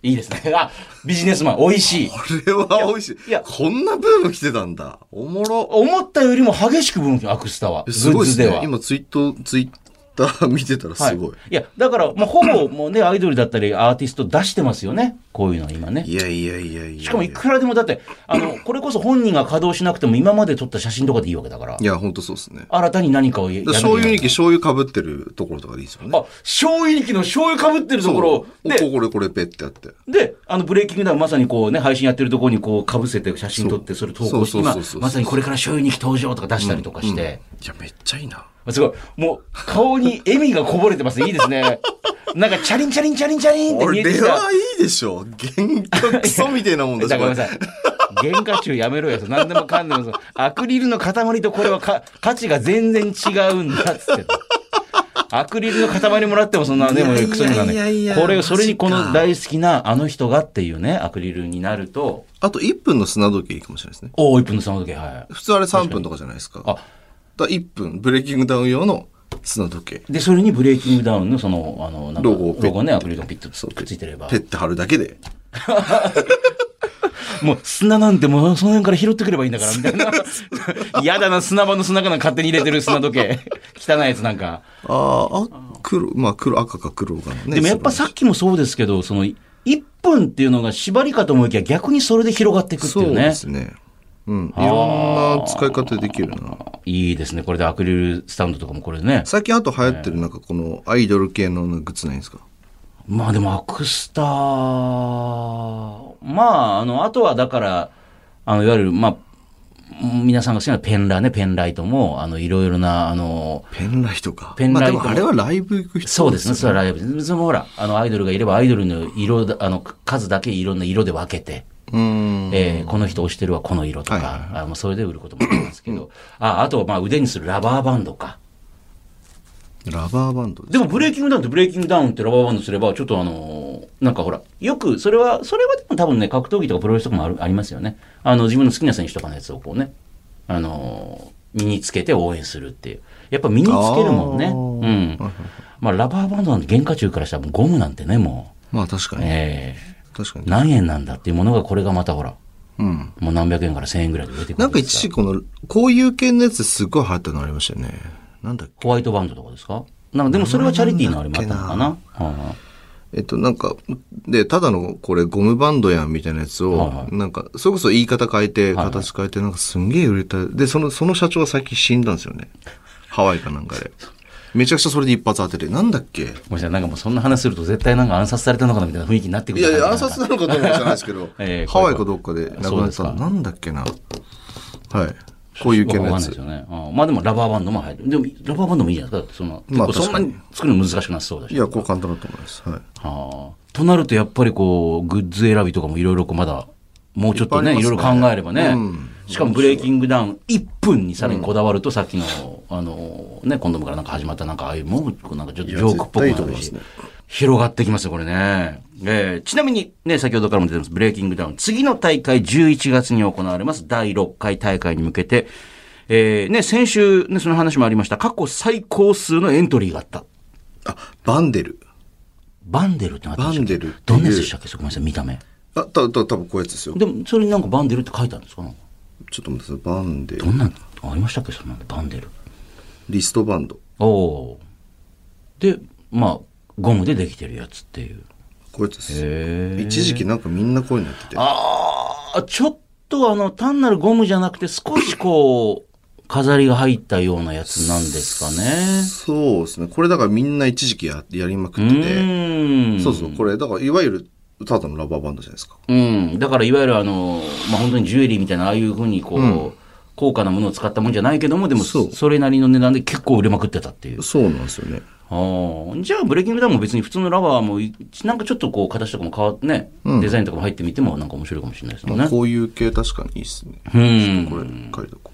[SPEAKER 1] いいですね。あ、ビジネスマン、美味しい。
[SPEAKER 2] これは美味しい。
[SPEAKER 1] いや
[SPEAKER 2] こんなブーム来てたんだ。おもろ。
[SPEAKER 1] 思ったよりも激しく分岐、アクスタは。グ
[SPEAKER 2] すご
[SPEAKER 1] ッ
[SPEAKER 2] いで
[SPEAKER 1] ズ
[SPEAKER 2] す
[SPEAKER 1] で
[SPEAKER 2] ね
[SPEAKER 1] は。。
[SPEAKER 2] 今ツイート、ツイッター見てたらすごい。
[SPEAKER 1] は、いや、だから、まあ、ほぼ、もうね、アイドルだったり、アーティスト出してますよね。こういうのは今ね
[SPEAKER 2] い、。やいやいやいや。
[SPEAKER 1] しかも、いくらでも、だって、あの、これこそ本人が稼働しなくても、今まで撮った写真とかでいいわけだから
[SPEAKER 2] い、や、ほんとそうですね。
[SPEAKER 1] 新たに何かをや
[SPEAKER 2] だから
[SPEAKER 1] やらなきゃ
[SPEAKER 2] 醤油
[SPEAKER 1] い
[SPEAKER 2] に
[SPEAKER 1] けない
[SPEAKER 2] 醤油かぶってるところとかでいいですよね。
[SPEAKER 1] あ、醤油にきの醤油かぶってるところを
[SPEAKER 2] こ、
[SPEAKER 1] で、
[SPEAKER 2] これこれペってやって。
[SPEAKER 1] で、あの、ブレイキングダウンまさにこうね、配信やってるところにこう、被せて写真撮って、それ投稿して、
[SPEAKER 2] そうそう
[SPEAKER 1] 今
[SPEAKER 2] そうそう、そう
[SPEAKER 1] まさにこれから醤油にき登場とか出したりとかして、
[SPEAKER 2] いや、めっちゃいいな。
[SPEAKER 1] すごい。もう、顔に笑みがこぼれてますね。いいです ね。なんか、チャリンチャリンチャリンチャリンって
[SPEAKER 2] こ
[SPEAKER 1] 見えて
[SPEAKER 2] れ
[SPEAKER 1] きた。
[SPEAKER 2] はいいでし ょ。原価クソみたいなもんだし。
[SPEAKER 1] だからごめん
[SPEAKER 2] こ
[SPEAKER 1] なさい。原価中やめろよ。何でもかんでもそう。アクリルの塊とこれはか価値が全然違うんだっつって。アクリルの塊もらってもそんなね、もうクソにならない
[SPEAKER 2] いやいやいや
[SPEAKER 1] これ、それにこ
[SPEAKER 2] マジ
[SPEAKER 1] の
[SPEAKER 2] か
[SPEAKER 1] 大好きなあの人がっていうね、アクリルになると、
[SPEAKER 2] れあと1分の砂時計いいかもしれないですね。
[SPEAKER 1] おお、1分の3の時計、は
[SPEAKER 2] 普通あれ3分とかじゃないですか。
[SPEAKER 1] あ
[SPEAKER 2] だから1分、ブレイキングダウン用の砂時計。
[SPEAKER 1] い。で、それにブレイキングダウンのその、あの、なんか
[SPEAKER 2] ロゴをペッ
[SPEAKER 1] ロゴね、アクリルがピッと
[SPEAKER 2] そう
[SPEAKER 1] くっついてれば
[SPEAKER 2] ペ。ッて貼るだけで。
[SPEAKER 1] もう砂なんてもうその辺から拾ってくればいいんだから、みたいな。 嫌だな、砂場の砂かなんか勝手に入れてる砂時計。 汚いやつなんか。
[SPEAKER 2] あーあ、黒、まあ黒、赤か黒かのね。
[SPEAKER 1] でもやっぱさっきもそうですけど、その、1分っていうのが縛りかと思いきや逆にそれで広がっていくって
[SPEAKER 2] そ
[SPEAKER 1] いうう
[SPEAKER 2] で
[SPEAKER 1] ね。
[SPEAKER 2] すね。うん。いろんな使い方できるな。
[SPEAKER 1] いいですね。これでアクリルスタンドとかもこれね。
[SPEAKER 2] 最近あと流行ってるなんかこのアイドル系のグッズないんですか
[SPEAKER 1] まあでもアクスター、まあ、あの、あとはだから、あの、いわゆる、まあ、皆さんが好きなペンラね、ペンライトも、あの、いろいろな、あの、
[SPEAKER 2] ペンライトか。
[SPEAKER 1] ペンライトも
[SPEAKER 2] まあでもあれはライブ行く人
[SPEAKER 1] そうですね、それはライブ。それもほら、あの、アイドルがいれば、アイドルの色だ、あの、数だけいろんな色で分けて、
[SPEAKER 2] うーん。
[SPEAKER 1] えーこの人推してるはこの色とか、
[SPEAKER 2] はいはい
[SPEAKER 1] あのそれで売ることもありますけど、ああとはまあ腕にするラバーバンドか。
[SPEAKER 2] ラバーバンドです
[SPEAKER 1] でもブレイキングダウンってブレイキングダウンってラバーバンドすれば、ちょっとあのーなんかほら、よく、それは、それはでも多分ね、格闘技とかプロレスとかもあるありますよね。あの、自分の好きな選手とかのやつをこうね、あのー身につけて応援するっていう。やっぱ身につけるもんね。
[SPEAKER 2] あー
[SPEAKER 1] うん。まあ、ラバーバンドなんて原価中からしたらもうゴムなんてね、もう。
[SPEAKER 2] まあ確かに。
[SPEAKER 1] え
[SPEAKER 2] 確か
[SPEAKER 1] ー
[SPEAKER 2] に。
[SPEAKER 1] 何円なんだっていうものがこれがまたほら、
[SPEAKER 2] うん。
[SPEAKER 1] もう何百円から千円ぐらいで出てくる。
[SPEAKER 2] なんか一時期この、こういう系のやつすごい流行ったのありましたよね。なんだっけ
[SPEAKER 1] ホワイトバンドとかですかなんかでもそれはチャリティーのあれもあったのかな。は
[SPEAKER 2] えっと、なんか、で、ただのこれゴムバンドやんみたいなやつを、
[SPEAKER 1] はいはい
[SPEAKER 2] なんか、それこそ言い方変えて、形変えて、なんかすんげえ売れた。で、その、その社長が最近死んだんですよね。ハワイかなん かで。めちゃくちゃそれで一発当てて、なんだっけ
[SPEAKER 1] いごめんなさい、なんかもうそんな話すると絶対なんか暗殺されたのかなみたいな雰囲気になってく
[SPEAKER 2] い
[SPEAKER 1] る
[SPEAKER 2] やいや、
[SPEAKER 1] 感
[SPEAKER 2] 暗
[SPEAKER 1] じが、
[SPEAKER 2] 殺なのかと思うじゃないですけど
[SPEAKER 1] ええ
[SPEAKER 2] ハワイかどっかで亡くなった
[SPEAKER 1] そうですか
[SPEAKER 2] のなんだっけな。はい。こういう系
[SPEAKER 1] わ
[SPEAKER 2] の
[SPEAKER 1] かんな
[SPEAKER 2] や
[SPEAKER 1] い
[SPEAKER 2] つ
[SPEAKER 1] です。よね。うんまあでもラバーバンドも入る。でもラバーバンドもいいじゃないですか。だってその、
[SPEAKER 2] まあ
[SPEAKER 1] 結構そんなに作るの難しくなさそうだし。
[SPEAKER 2] いや、こう簡単だと思います。はい。
[SPEAKER 1] はあ、となるとやっぱりこうグッズ選びとかもいろいろこうまだもうちょっとねい
[SPEAKER 2] いっぱいあ
[SPEAKER 1] ろ
[SPEAKER 2] り
[SPEAKER 1] いろ考
[SPEAKER 2] ますね
[SPEAKER 1] えればね、
[SPEAKER 2] うん
[SPEAKER 1] しかもブレイキングダウン1分にさらにこだわるとさっきの、あのね今度からなんか始まったなんかああいうもうなんかちょっとジョークっぽく
[SPEAKER 2] い
[SPEAKER 1] な
[SPEAKER 2] や絶対いいと
[SPEAKER 1] る
[SPEAKER 2] 思いま
[SPEAKER 1] し
[SPEAKER 2] すね
[SPEAKER 1] 広がってきますよこれね、えーちなみにね先ほどからも出てますブレイキングダウン次の大会11月に行われます第6回大会に向けてえーね、先週、ね、その話もありました。過去最高数のエントリーがあった。
[SPEAKER 2] あ、バンデル。
[SPEAKER 1] バンデルってなってましたっけ
[SPEAKER 2] バンデルっていう
[SPEAKER 1] どんなやつでしたっけごめんなさい、見た目。
[SPEAKER 2] あ、た、た、多分こういうやつですよ。
[SPEAKER 1] でも、それになんかバンデルって書いてあるんですかなんか
[SPEAKER 2] ちょっと待ってください。バンデル
[SPEAKER 1] ど。んなんありましたっけそんなんで、バンデル。
[SPEAKER 2] リストバンド。
[SPEAKER 1] おおー。で、まあ、ゴムでできてるやつっていう。
[SPEAKER 2] こういうやつです。
[SPEAKER 1] へえ。
[SPEAKER 2] 一時期なんかみんなこういうのやってて。
[SPEAKER 1] あー、ちょっとあの、単なるゴムじゃなくて、少しこう、飾りが入ったようなやつなんですかね。
[SPEAKER 2] そうですね。これだからみんな一時期ややりまく
[SPEAKER 1] う
[SPEAKER 2] ってて。
[SPEAKER 1] ーん。
[SPEAKER 2] そうそう。これ、だからいわゆるただのラバーバンドじゃないですか。
[SPEAKER 1] うん。だから、いわゆるあの、まあ、本当にジュエリーみたいな、ああいうふうにこう、高価なものを使ったもんじゃないけども、でも、
[SPEAKER 2] そう
[SPEAKER 1] それなりの値段で結構売れまくってたっていう。
[SPEAKER 2] そうなんですよね。
[SPEAKER 1] ああ、じゃあブレイキングダウンも別に普通のラバーもい、なんかちょっとこう形とかも変わってね、デザインとかも入ってみてもなんか面白いかもしれないですもん
[SPEAKER 2] まあ、
[SPEAKER 1] ね。
[SPEAKER 2] こういう系確かにいいっすね。
[SPEAKER 1] うん
[SPEAKER 2] これ、書いとこ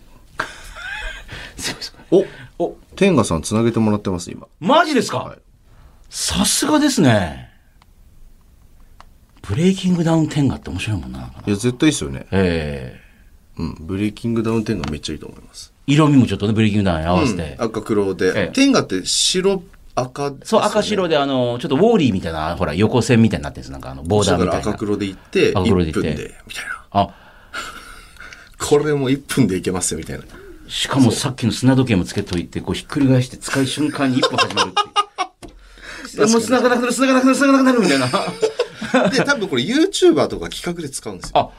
[SPEAKER 1] そうですか
[SPEAKER 2] う。
[SPEAKER 1] お お、
[SPEAKER 2] お天下さんつなげてもらってます、今。
[SPEAKER 1] マジですか、
[SPEAKER 2] はい
[SPEAKER 1] さすがですね。ブレイキングダウン天下って面白いもんな。なんかない
[SPEAKER 2] や、絶対いいっすよね。
[SPEAKER 1] え
[SPEAKER 2] うん。ブレイキングダウン天下めっちゃいいと思います。
[SPEAKER 1] え色味もちょっとね、ブレイキングダウンに合わせて。
[SPEAKER 2] 赤黒
[SPEAKER 1] ええ
[SPEAKER 2] で。天下って白、赤ですよね、
[SPEAKER 1] そう、赤白であの、ちょっとウォーリーみたいな、ほら、横線みたいになってるんです。なんかあの、ボーダー
[SPEAKER 2] だか
[SPEAKER 1] みた
[SPEAKER 2] ら
[SPEAKER 1] いな。
[SPEAKER 2] 赤黒で行って、
[SPEAKER 1] 赤黒で行
[SPEAKER 2] 1
[SPEAKER 1] って
[SPEAKER 2] 分で、みたいな。
[SPEAKER 1] あ、
[SPEAKER 2] これも1分でいけますよ、みたいな。
[SPEAKER 1] しかもさっきの砂時計もつけといて、こうひっくり返して使い瞬間に一歩始まる っていう。もう繋がなくなる、繋がなくなる、繋がなくなるみたいな。
[SPEAKER 2] で、多分これ YouTuber とか企画で使うんですよ。
[SPEAKER 1] あ、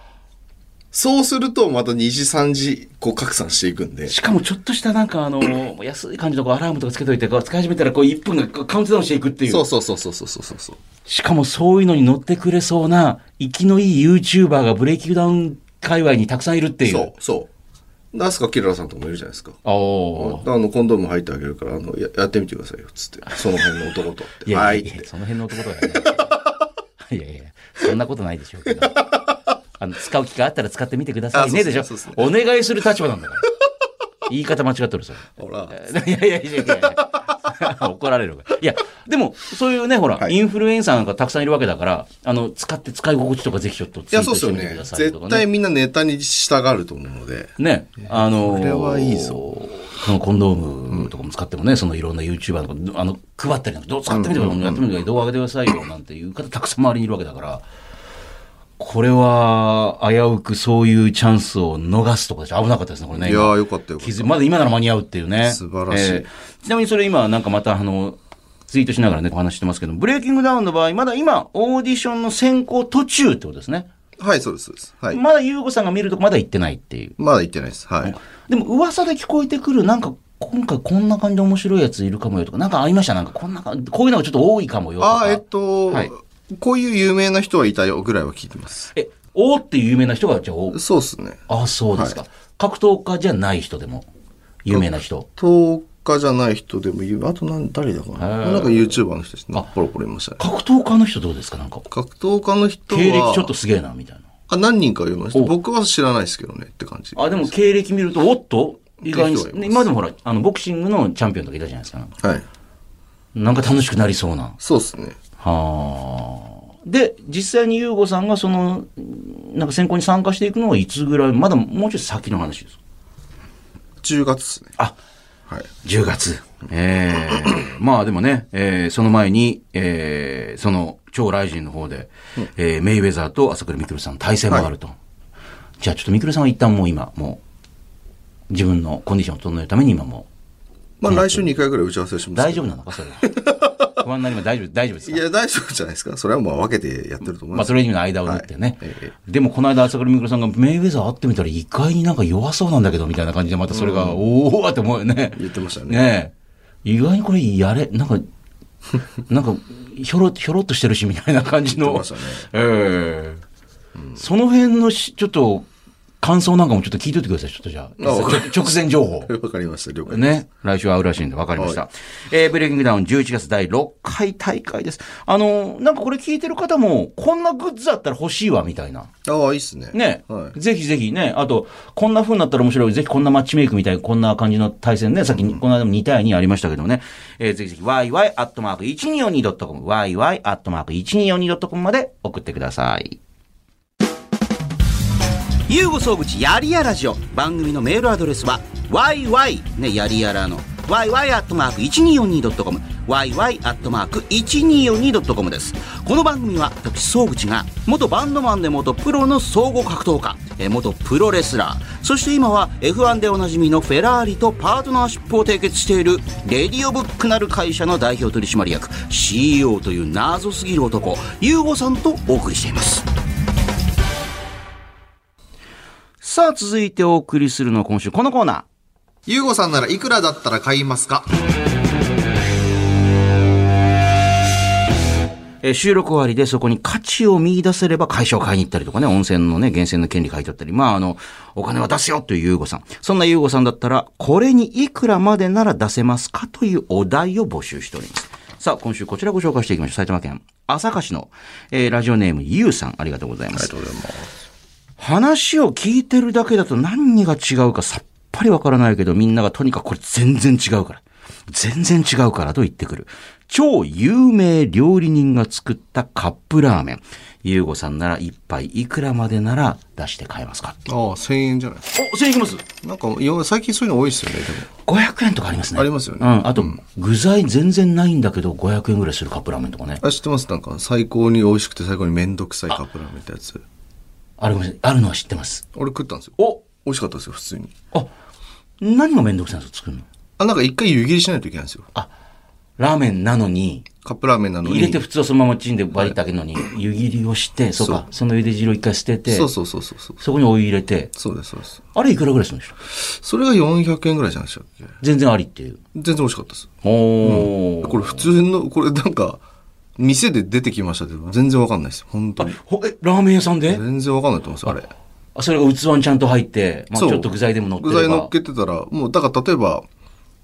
[SPEAKER 2] そうするとまた2時3時、こう拡散していくんで。
[SPEAKER 1] しかもちょっとしたなんかあの、安い感じのこうアラームとかつけといて、こう使い始めたらこう1分がこうカウントダウンしていくってい
[SPEAKER 2] そう
[SPEAKER 1] う。
[SPEAKER 2] そうそうそうそうそうそう。
[SPEAKER 1] しかもそういうのに乗ってくれそうな、生きのいい YouTuber がブレイキングダウン界隈にたくさんいるっていう。
[SPEAKER 2] そう、そう。ナスカキララさんとかもいるじゃないですか。
[SPEAKER 1] お
[SPEAKER 2] あ
[SPEAKER 1] おー。
[SPEAKER 2] の、コンドーム入ってあげるから、あの、ややってみてくださいよ、つって。その辺の男とっ
[SPEAKER 1] い
[SPEAKER 2] て。
[SPEAKER 1] や
[SPEAKER 2] はいい。
[SPEAKER 1] やい
[SPEAKER 2] っ
[SPEAKER 1] や、
[SPEAKER 2] て
[SPEAKER 1] その辺の男だよね。いや いや、そんなことないでしょうけど。あの、使う機会あったら使ってみてくださいね
[SPEAKER 2] あ
[SPEAKER 1] で
[SPEAKER 2] そう
[SPEAKER 1] しょ
[SPEAKER 2] そうそう。
[SPEAKER 1] お願いする立場なんだから。言い方間違ってる それ。
[SPEAKER 2] ほら。
[SPEAKER 1] いやいやいやいやいや 怒られるわいや、でも、そういうね、ほら、
[SPEAKER 2] はい
[SPEAKER 1] インフルエンサーなんかたくさんいるわけだから、あの、使って使い心地とかぜひちょっと
[SPEAKER 2] い
[SPEAKER 1] ツイ
[SPEAKER 2] や、
[SPEAKER 1] ー
[SPEAKER 2] そう
[SPEAKER 1] トして
[SPEAKER 2] ですよ
[SPEAKER 1] みてく
[SPEAKER 2] ね
[SPEAKER 1] だ。さいと
[SPEAKER 2] 絶
[SPEAKER 1] か
[SPEAKER 2] 対
[SPEAKER 1] ね。
[SPEAKER 2] みんなネタに従うと思うので。
[SPEAKER 1] ね、あのー
[SPEAKER 2] これはいいぞ
[SPEAKER 1] そのコンドームとかも使ってもね、そのいろんな YouTuber とか、あの、配ったりなんか、どう使ってみてください、やってみてください、動画上げてくださいよ、なんていう方たくさん周りにいるわけだから、これは、危うくそういうチャンスを逃すとかでしょ危なかったですね、これね。
[SPEAKER 2] いや
[SPEAKER 1] 今
[SPEAKER 2] ー、よかったよか
[SPEAKER 1] 気
[SPEAKER 2] っ
[SPEAKER 1] づまだ今なら間に合うっていうね。
[SPEAKER 2] 素晴らしい
[SPEAKER 1] ちなみにそれ今なんかまたあの、ツイートしながらね、お話してますけど、ブレイキングダウンの場合、まだ今、オーディションの選考途中ってことですね。
[SPEAKER 2] た。はい、そうです、そうです。はい。
[SPEAKER 1] まだ優子さんが見るとこまだ行ってないっていう。
[SPEAKER 2] まだ行ってないです。はい。
[SPEAKER 1] でも噂で聞こえてくる、なんか、今回こんな感じで面白いやついるかもよとか、なんかありましたなんかこんな感じ、こういうのがちょっと多いかもよと
[SPEAKER 2] あ
[SPEAKER 1] か。
[SPEAKER 2] あ、えっと、
[SPEAKER 1] はい
[SPEAKER 2] こういう有名な人はいたよぐらいは聞いてます。
[SPEAKER 1] え、おーっていう有名な人が、じゃあ、お
[SPEAKER 2] そうですね。
[SPEAKER 1] あ、そうですか、格闘家じゃない人でも、有名な人。
[SPEAKER 2] 10日じゃない人でも言う。あと何、誰だ
[SPEAKER 1] へ
[SPEAKER 2] か
[SPEAKER 1] ー
[SPEAKER 2] な。なんか YouTuber の人ですね。ポロポロいましたね。
[SPEAKER 1] 格闘家の人どうですかなんか、
[SPEAKER 2] 格闘家の人は、
[SPEAKER 1] 経歴ちょっとすげえな、みたいな。
[SPEAKER 2] あ何人かいました。
[SPEAKER 1] お
[SPEAKER 2] 僕は知らないですけどねって感じ。
[SPEAKER 1] あ、でも経歴見ると、おっと意外
[SPEAKER 2] って人がいま
[SPEAKER 1] に、
[SPEAKER 2] す
[SPEAKER 1] 今でもほら、あの、ボクシングのチャンピオンとかいたじゃないですか。
[SPEAKER 2] はい。
[SPEAKER 1] なんか楽しくなりそうな。
[SPEAKER 2] そうですね。
[SPEAKER 1] はあ。で、実際に優吾さんがその、なんか選考に参加していくのはいつぐらい、まだもうちょっと先の話です。
[SPEAKER 2] 10月ですね。
[SPEAKER 1] あ、
[SPEAKER 2] はい。
[SPEAKER 1] 10月。ええまあでもね、えーその前に、えーその、超ライジンの方で、えーメイウェザーと朝倉未来さんの対戦もあると。じゃあちょっと未来さんは一旦もう今、もう、自分のコンディションを整えるために今も
[SPEAKER 2] まあ来週2回ぐらい打ち合わせし
[SPEAKER 1] う、
[SPEAKER 2] ます
[SPEAKER 1] 大
[SPEAKER 2] けど
[SPEAKER 1] 丈夫なのか、それは。 不安になります。大丈夫、大丈夫ですか
[SPEAKER 2] いや大丈夫じゃないですかそれはまあ分けてやってると
[SPEAKER 1] ま
[SPEAKER 2] 思いま
[SPEAKER 1] あ、
[SPEAKER 2] す、
[SPEAKER 1] それにの間を縫ってね、
[SPEAKER 2] はいえ
[SPEAKER 1] でもこの間朝倉未来さんがメイウェザー会ってみたら意外になんか弱そうなんだけどみたいな感じでまたそれが、おおって思うよね
[SPEAKER 2] 言ってましたね
[SPEAKER 1] ねえ意外にこれやれなんかなんかひょろひょろっとしてるしみたいな感じ
[SPEAKER 2] 言って
[SPEAKER 1] の
[SPEAKER 2] ましたね
[SPEAKER 1] ええその辺のしちょっと感想なんかもちょっと聞いといてくださいちょっとじゃあ
[SPEAKER 2] あわかり
[SPEAKER 1] ちょ直前情報
[SPEAKER 2] わかりました了解、
[SPEAKER 1] ね。来週会うらしいんで、わかりました。えー、ブレイキングダウン11月第6回大会です。あのーなんかこれ聞いてる方も、こんなグッズあったら欲しいわ、みたいな。
[SPEAKER 2] ああいいっすね
[SPEAKER 1] ね。
[SPEAKER 2] はい
[SPEAKER 1] ぜひぜひね。あと、こんな風になったら面白い。ぜひこんなマッチメイクみたいな、こんな感じの対戦ね。さっき、この間も2対2ありましたけどね。えー、ぜひぜひ、yy.1242.com、yy.1242.com まで送ってください。ユーゴ総口やりやラジオ番組のメールアドレスは yy ねやりやらの yy.1242.com yy.1242.com ですこの番組は私総口が元バンドマンで元プロの総合格闘家えー元プロレスラーそして今は F1 でおなじみのフェラーリとパートナーシップを締結しているレディオブックなる会社の代表取締役 CEO という謎すぎる男ユーゴさんとお送りしていますさあ、続いてお送りするのは今週、このコーナー。
[SPEAKER 2] ゆうごさんならいくらだったら買いますか
[SPEAKER 1] えー収録終わりでそこに価値を見出せれば会社を買いに行ったりとかね、温泉のね、源泉の権利買い取ったり、まああの、お金は出すよというユーゴさん。そんなユーゴさんだったら、これにいくらまでなら出せますかというお題を募集しております。さあ、今週こちらご紹介していきましょう。埼玉県朝霞市の、えーラジオネームゆうさん、ありがとうございます。
[SPEAKER 2] どうでも
[SPEAKER 1] 話を聞いてるだけだと何が違うかさっぱりわからないけど、みんながとにかくこれ全然違うから。全然違うからと言ってくる。超有名料理人が作ったカップラーメン。ゆうごさんなら一杯いくらまでなら出して買えますか
[SPEAKER 2] ああ1000円じゃない
[SPEAKER 1] お、1000円いきます
[SPEAKER 2] なんかいや最近そういうの多いっすよねでも
[SPEAKER 1] ?500 円とかありますね。
[SPEAKER 2] ありますよね
[SPEAKER 1] うん。あと、具材全然ないんだけど、500円ぐらいするカップラーメンとかね。
[SPEAKER 2] あ知ってますなんか最高に美味しくて最高に面倒くさいカップラーメンってやつ
[SPEAKER 1] あれごめんなさい。あるのは知ってます。
[SPEAKER 2] 俺食ったんですよ
[SPEAKER 1] お
[SPEAKER 2] 美味しかったですよ普通に
[SPEAKER 1] あ、何がめんどくさいんですか作るの
[SPEAKER 2] あなんか一回湯切りしないといけないんですよ
[SPEAKER 1] ラーメンなのに、
[SPEAKER 2] カップラーメンなのに
[SPEAKER 1] 入れて普通はそのままチンでバリってあげるの に、湯切りをして、そうか、その茹で汁を一回捨てて、
[SPEAKER 2] そう
[SPEAKER 1] そ
[SPEAKER 2] そうそうそうそう
[SPEAKER 1] こにお湯入れて、
[SPEAKER 2] そうですそうです
[SPEAKER 1] あれいくらぐらいするんでしょう
[SPEAKER 2] それが400円ぐらいじゃないでしたっけ
[SPEAKER 1] 全然ありっていう。
[SPEAKER 2] 全然美味しかったです
[SPEAKER 1] おー。
[SPEAKER 2] これ普通のこれなんか店で出てきましたけど全然わかんないです本当に
[SPEAKER 1] ほえ、ラーメン屋さんで
[SPEAKER 2] 全然わかんないと思うんですよあれ
[SPEAKER 1] あそれが器にちゃんと入って、まあ、ち
[SPEAKER 2] そう
[SPEAKER 1] ょっと具材でも乗ってれ
[SPEAKER 2] 具
[SPEAKER 1] ば
[SPEAKER 2] 材乗っけてたらもうだから例えば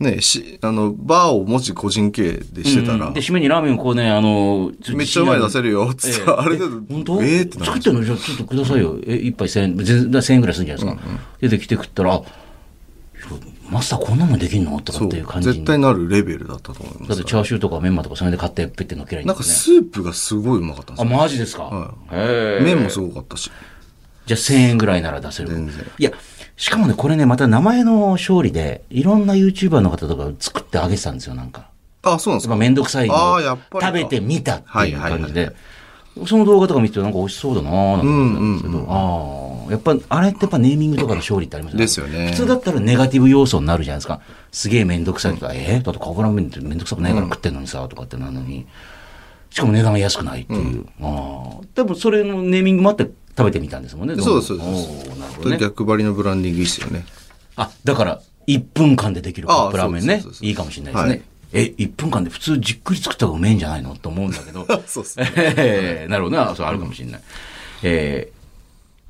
[SPEAKER 2] ねしあのバーをもし個人経営でしてた
[SPEAKER 1] う
[SPEAKER 2] ら
[SPEAKER 1] んで、締めにラーメンをこうね、あの、ょと
[SPEAKER 2] めっちゃうまいの出せるよっつって、あれだと
[SPEAKER 1] 本当
[SPEAKER 2] えーってな
[SPEAKER 1] 作
[SPEAKER 2] る
[SPEAKER 1] ってんのじゃあちょっとくださいよ。え、一杯千円、全然千円ぐらいするんじゃないですか。出てきて食ったら、あマスターこんなもんできんのとか
[SPEAKER 2] そ
[SPEAKER 1] っ
[SPEAKER 2] う
[SPEAKER 1] ていう感じ
[SPEAKER 2] 絶
[SPEAKER 1] に。
[SPEAKER 2] 対なるレベルだったと思い
[SPEAKER 1] だ
[SPEAKER 2] ま
[SPEAKER 1] っ
[SPEAKER 2] す
[SPEAKER 1] てチャーシューとかメンマとかそれで買ってペッてのっけりゃいいん
[SPEAKER 2] な
[SPEAKER 1] で
[SPEAKER 2] んか
[SPEAKER 1] すね。
[SPEAKER 2] スープがすごいうまかったんです
[SPEAKER 1] あ、
[SPEAKER 2] よ
[SPEAKER 1] マジですか、
[SPEAKER 2] はい
[SPEAKER 1] へえ
[SPEAKER 2] 麺もすごかったし
[SPEAKER 1] じゃあ1000円ぐらいなら出せる。
[SPEAKER 2] 全然
[SPEAKER 1] いや、しかもね、これね、また名前の勝利で、いろんな YouTuber の方とか作ってあげてたんですよ、なんか。
[SPEAKER 2] あそうなんです
[SPEAKER 1] まあ、
[SPEAKER 2] か
[SPEAKER 1] めんどくさいの
[SPEAKER 2] あ
[SPEAKER 1] を
[SPEAKER 2] ーやっぱりか
[SPEAKER 1] 食べてみたっていう感じ
[SPEAKER 2] はいはい
[SPEAKER 1] で
[SPEAKER 2] は。
[SPEAKER 1] その動画とか見ててなんか美味しそうだなぁなんて思ってたんですけど、ああ、やっぱ、あれってやっぱネーミングとかの勝利ってありますよね。
[SPEAKER 2] ですよね
[SPEAKER 1] 普通だったらネガティブ要素になるじゃないですか。すげえめんどくさいとか、えーだってカップラーメンってめんどくさくないから食ってんのにさ、とかってなるのに。しかも値段が安くないっていう。ああ。多分それのネーミングもあって食べてみたんですもんね。
[SPEAKER 2] そうですそうです
[SPEAKER 1] おーなるほどね。
[SPEAKER 2] 逆張りのブランディングいいっす よね
[SPEAKER 1] あ、だから、1分間でできるカップラーメン
[SPEAKER 2] あ
[SPEAKER 1] ね
[SPEAKER 2] そうですそうです。そうです
[SPEAKER 1] いいかもしれないですね。え、1分間で普通じっくり作った方がうめえんじゃないのと思うんだけど。
[SPEAKER 2] そうっす
[SPEAKER 1] えーなるほどな。そう、あるかもしれない。えー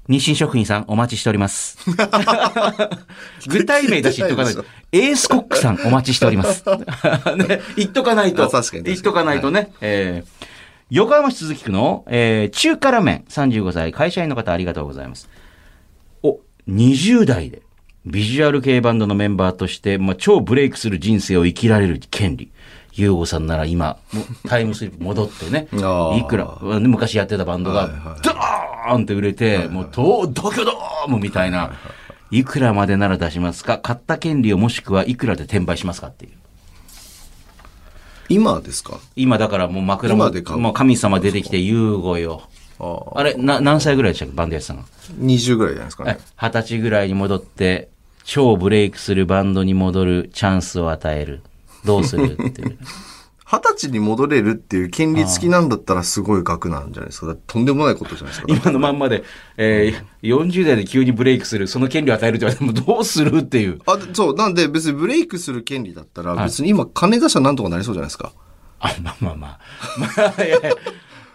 [SPEAKER 1] 日清食品さん、お待ちしており ます。具体名だし言っとかないと。エースコックさん、お待ちしており ます。ね、言っとかないと。
[SPEAKER 2] あ確かに確かに
[SPEAKER 1] 言っとかないとね。えー横浜市鈴木区の、えー中華ラーメン、35歳、会社員の方、ありがとうございます。お、20代で、ビジュアル系バンドのメンバーとして、まあ、超ブレイクする人生を生きられる権利。ユーゴさんなら今、もうタイムスリップ戻ってね
[SPEAKER 2] あ、ー
[SPEAKER 1] いくら、うん昔やってたバンドが、ドーンって売れて、もう、どう、ドキョドームみたいな、いくらまでなら出しますか買った権利をもしくはいくらで転売しますかっていう。
[SPEAKER 2] 今ですか
[SPEAKER 1] 今だからもう枕も
[SPEAKER 2] 今で買う
[SPEAKER 1] もう神様出てきて優吾よ。
[SPEAKER 2] あ
[SPEAKER 1] あれ、な、何歳ぐらいでしたっけ、バンドやってたの。
[SPEAKER 2] 20ぐらいじゃないですか
[SPEAKER 1] はい
[SPEAKER 2] ね。
[SPEAKER 1] 二十歳ぐらいに戻って、超ブレイクするバンドに戻るチャンスを与える。どうするっていう。
[SPEAKER 2] 二十歳に戻れるっていう権利付きなんだったらすごい額なんじゃないですか。だってとんでもないことじゃないです か。
[SPEAKER 1] 今のまんまで、えー、40代で急にブレイクする、その権利を与えるって言われてもどうするっていう。
[SPEAKER 2] あでそう、なんで別にブレイクする権利だったら、別に今金出したらなんとかなりそうじゃないですか。
[SPEAKER 1] あ、まあまあまあ。まあ、いやいや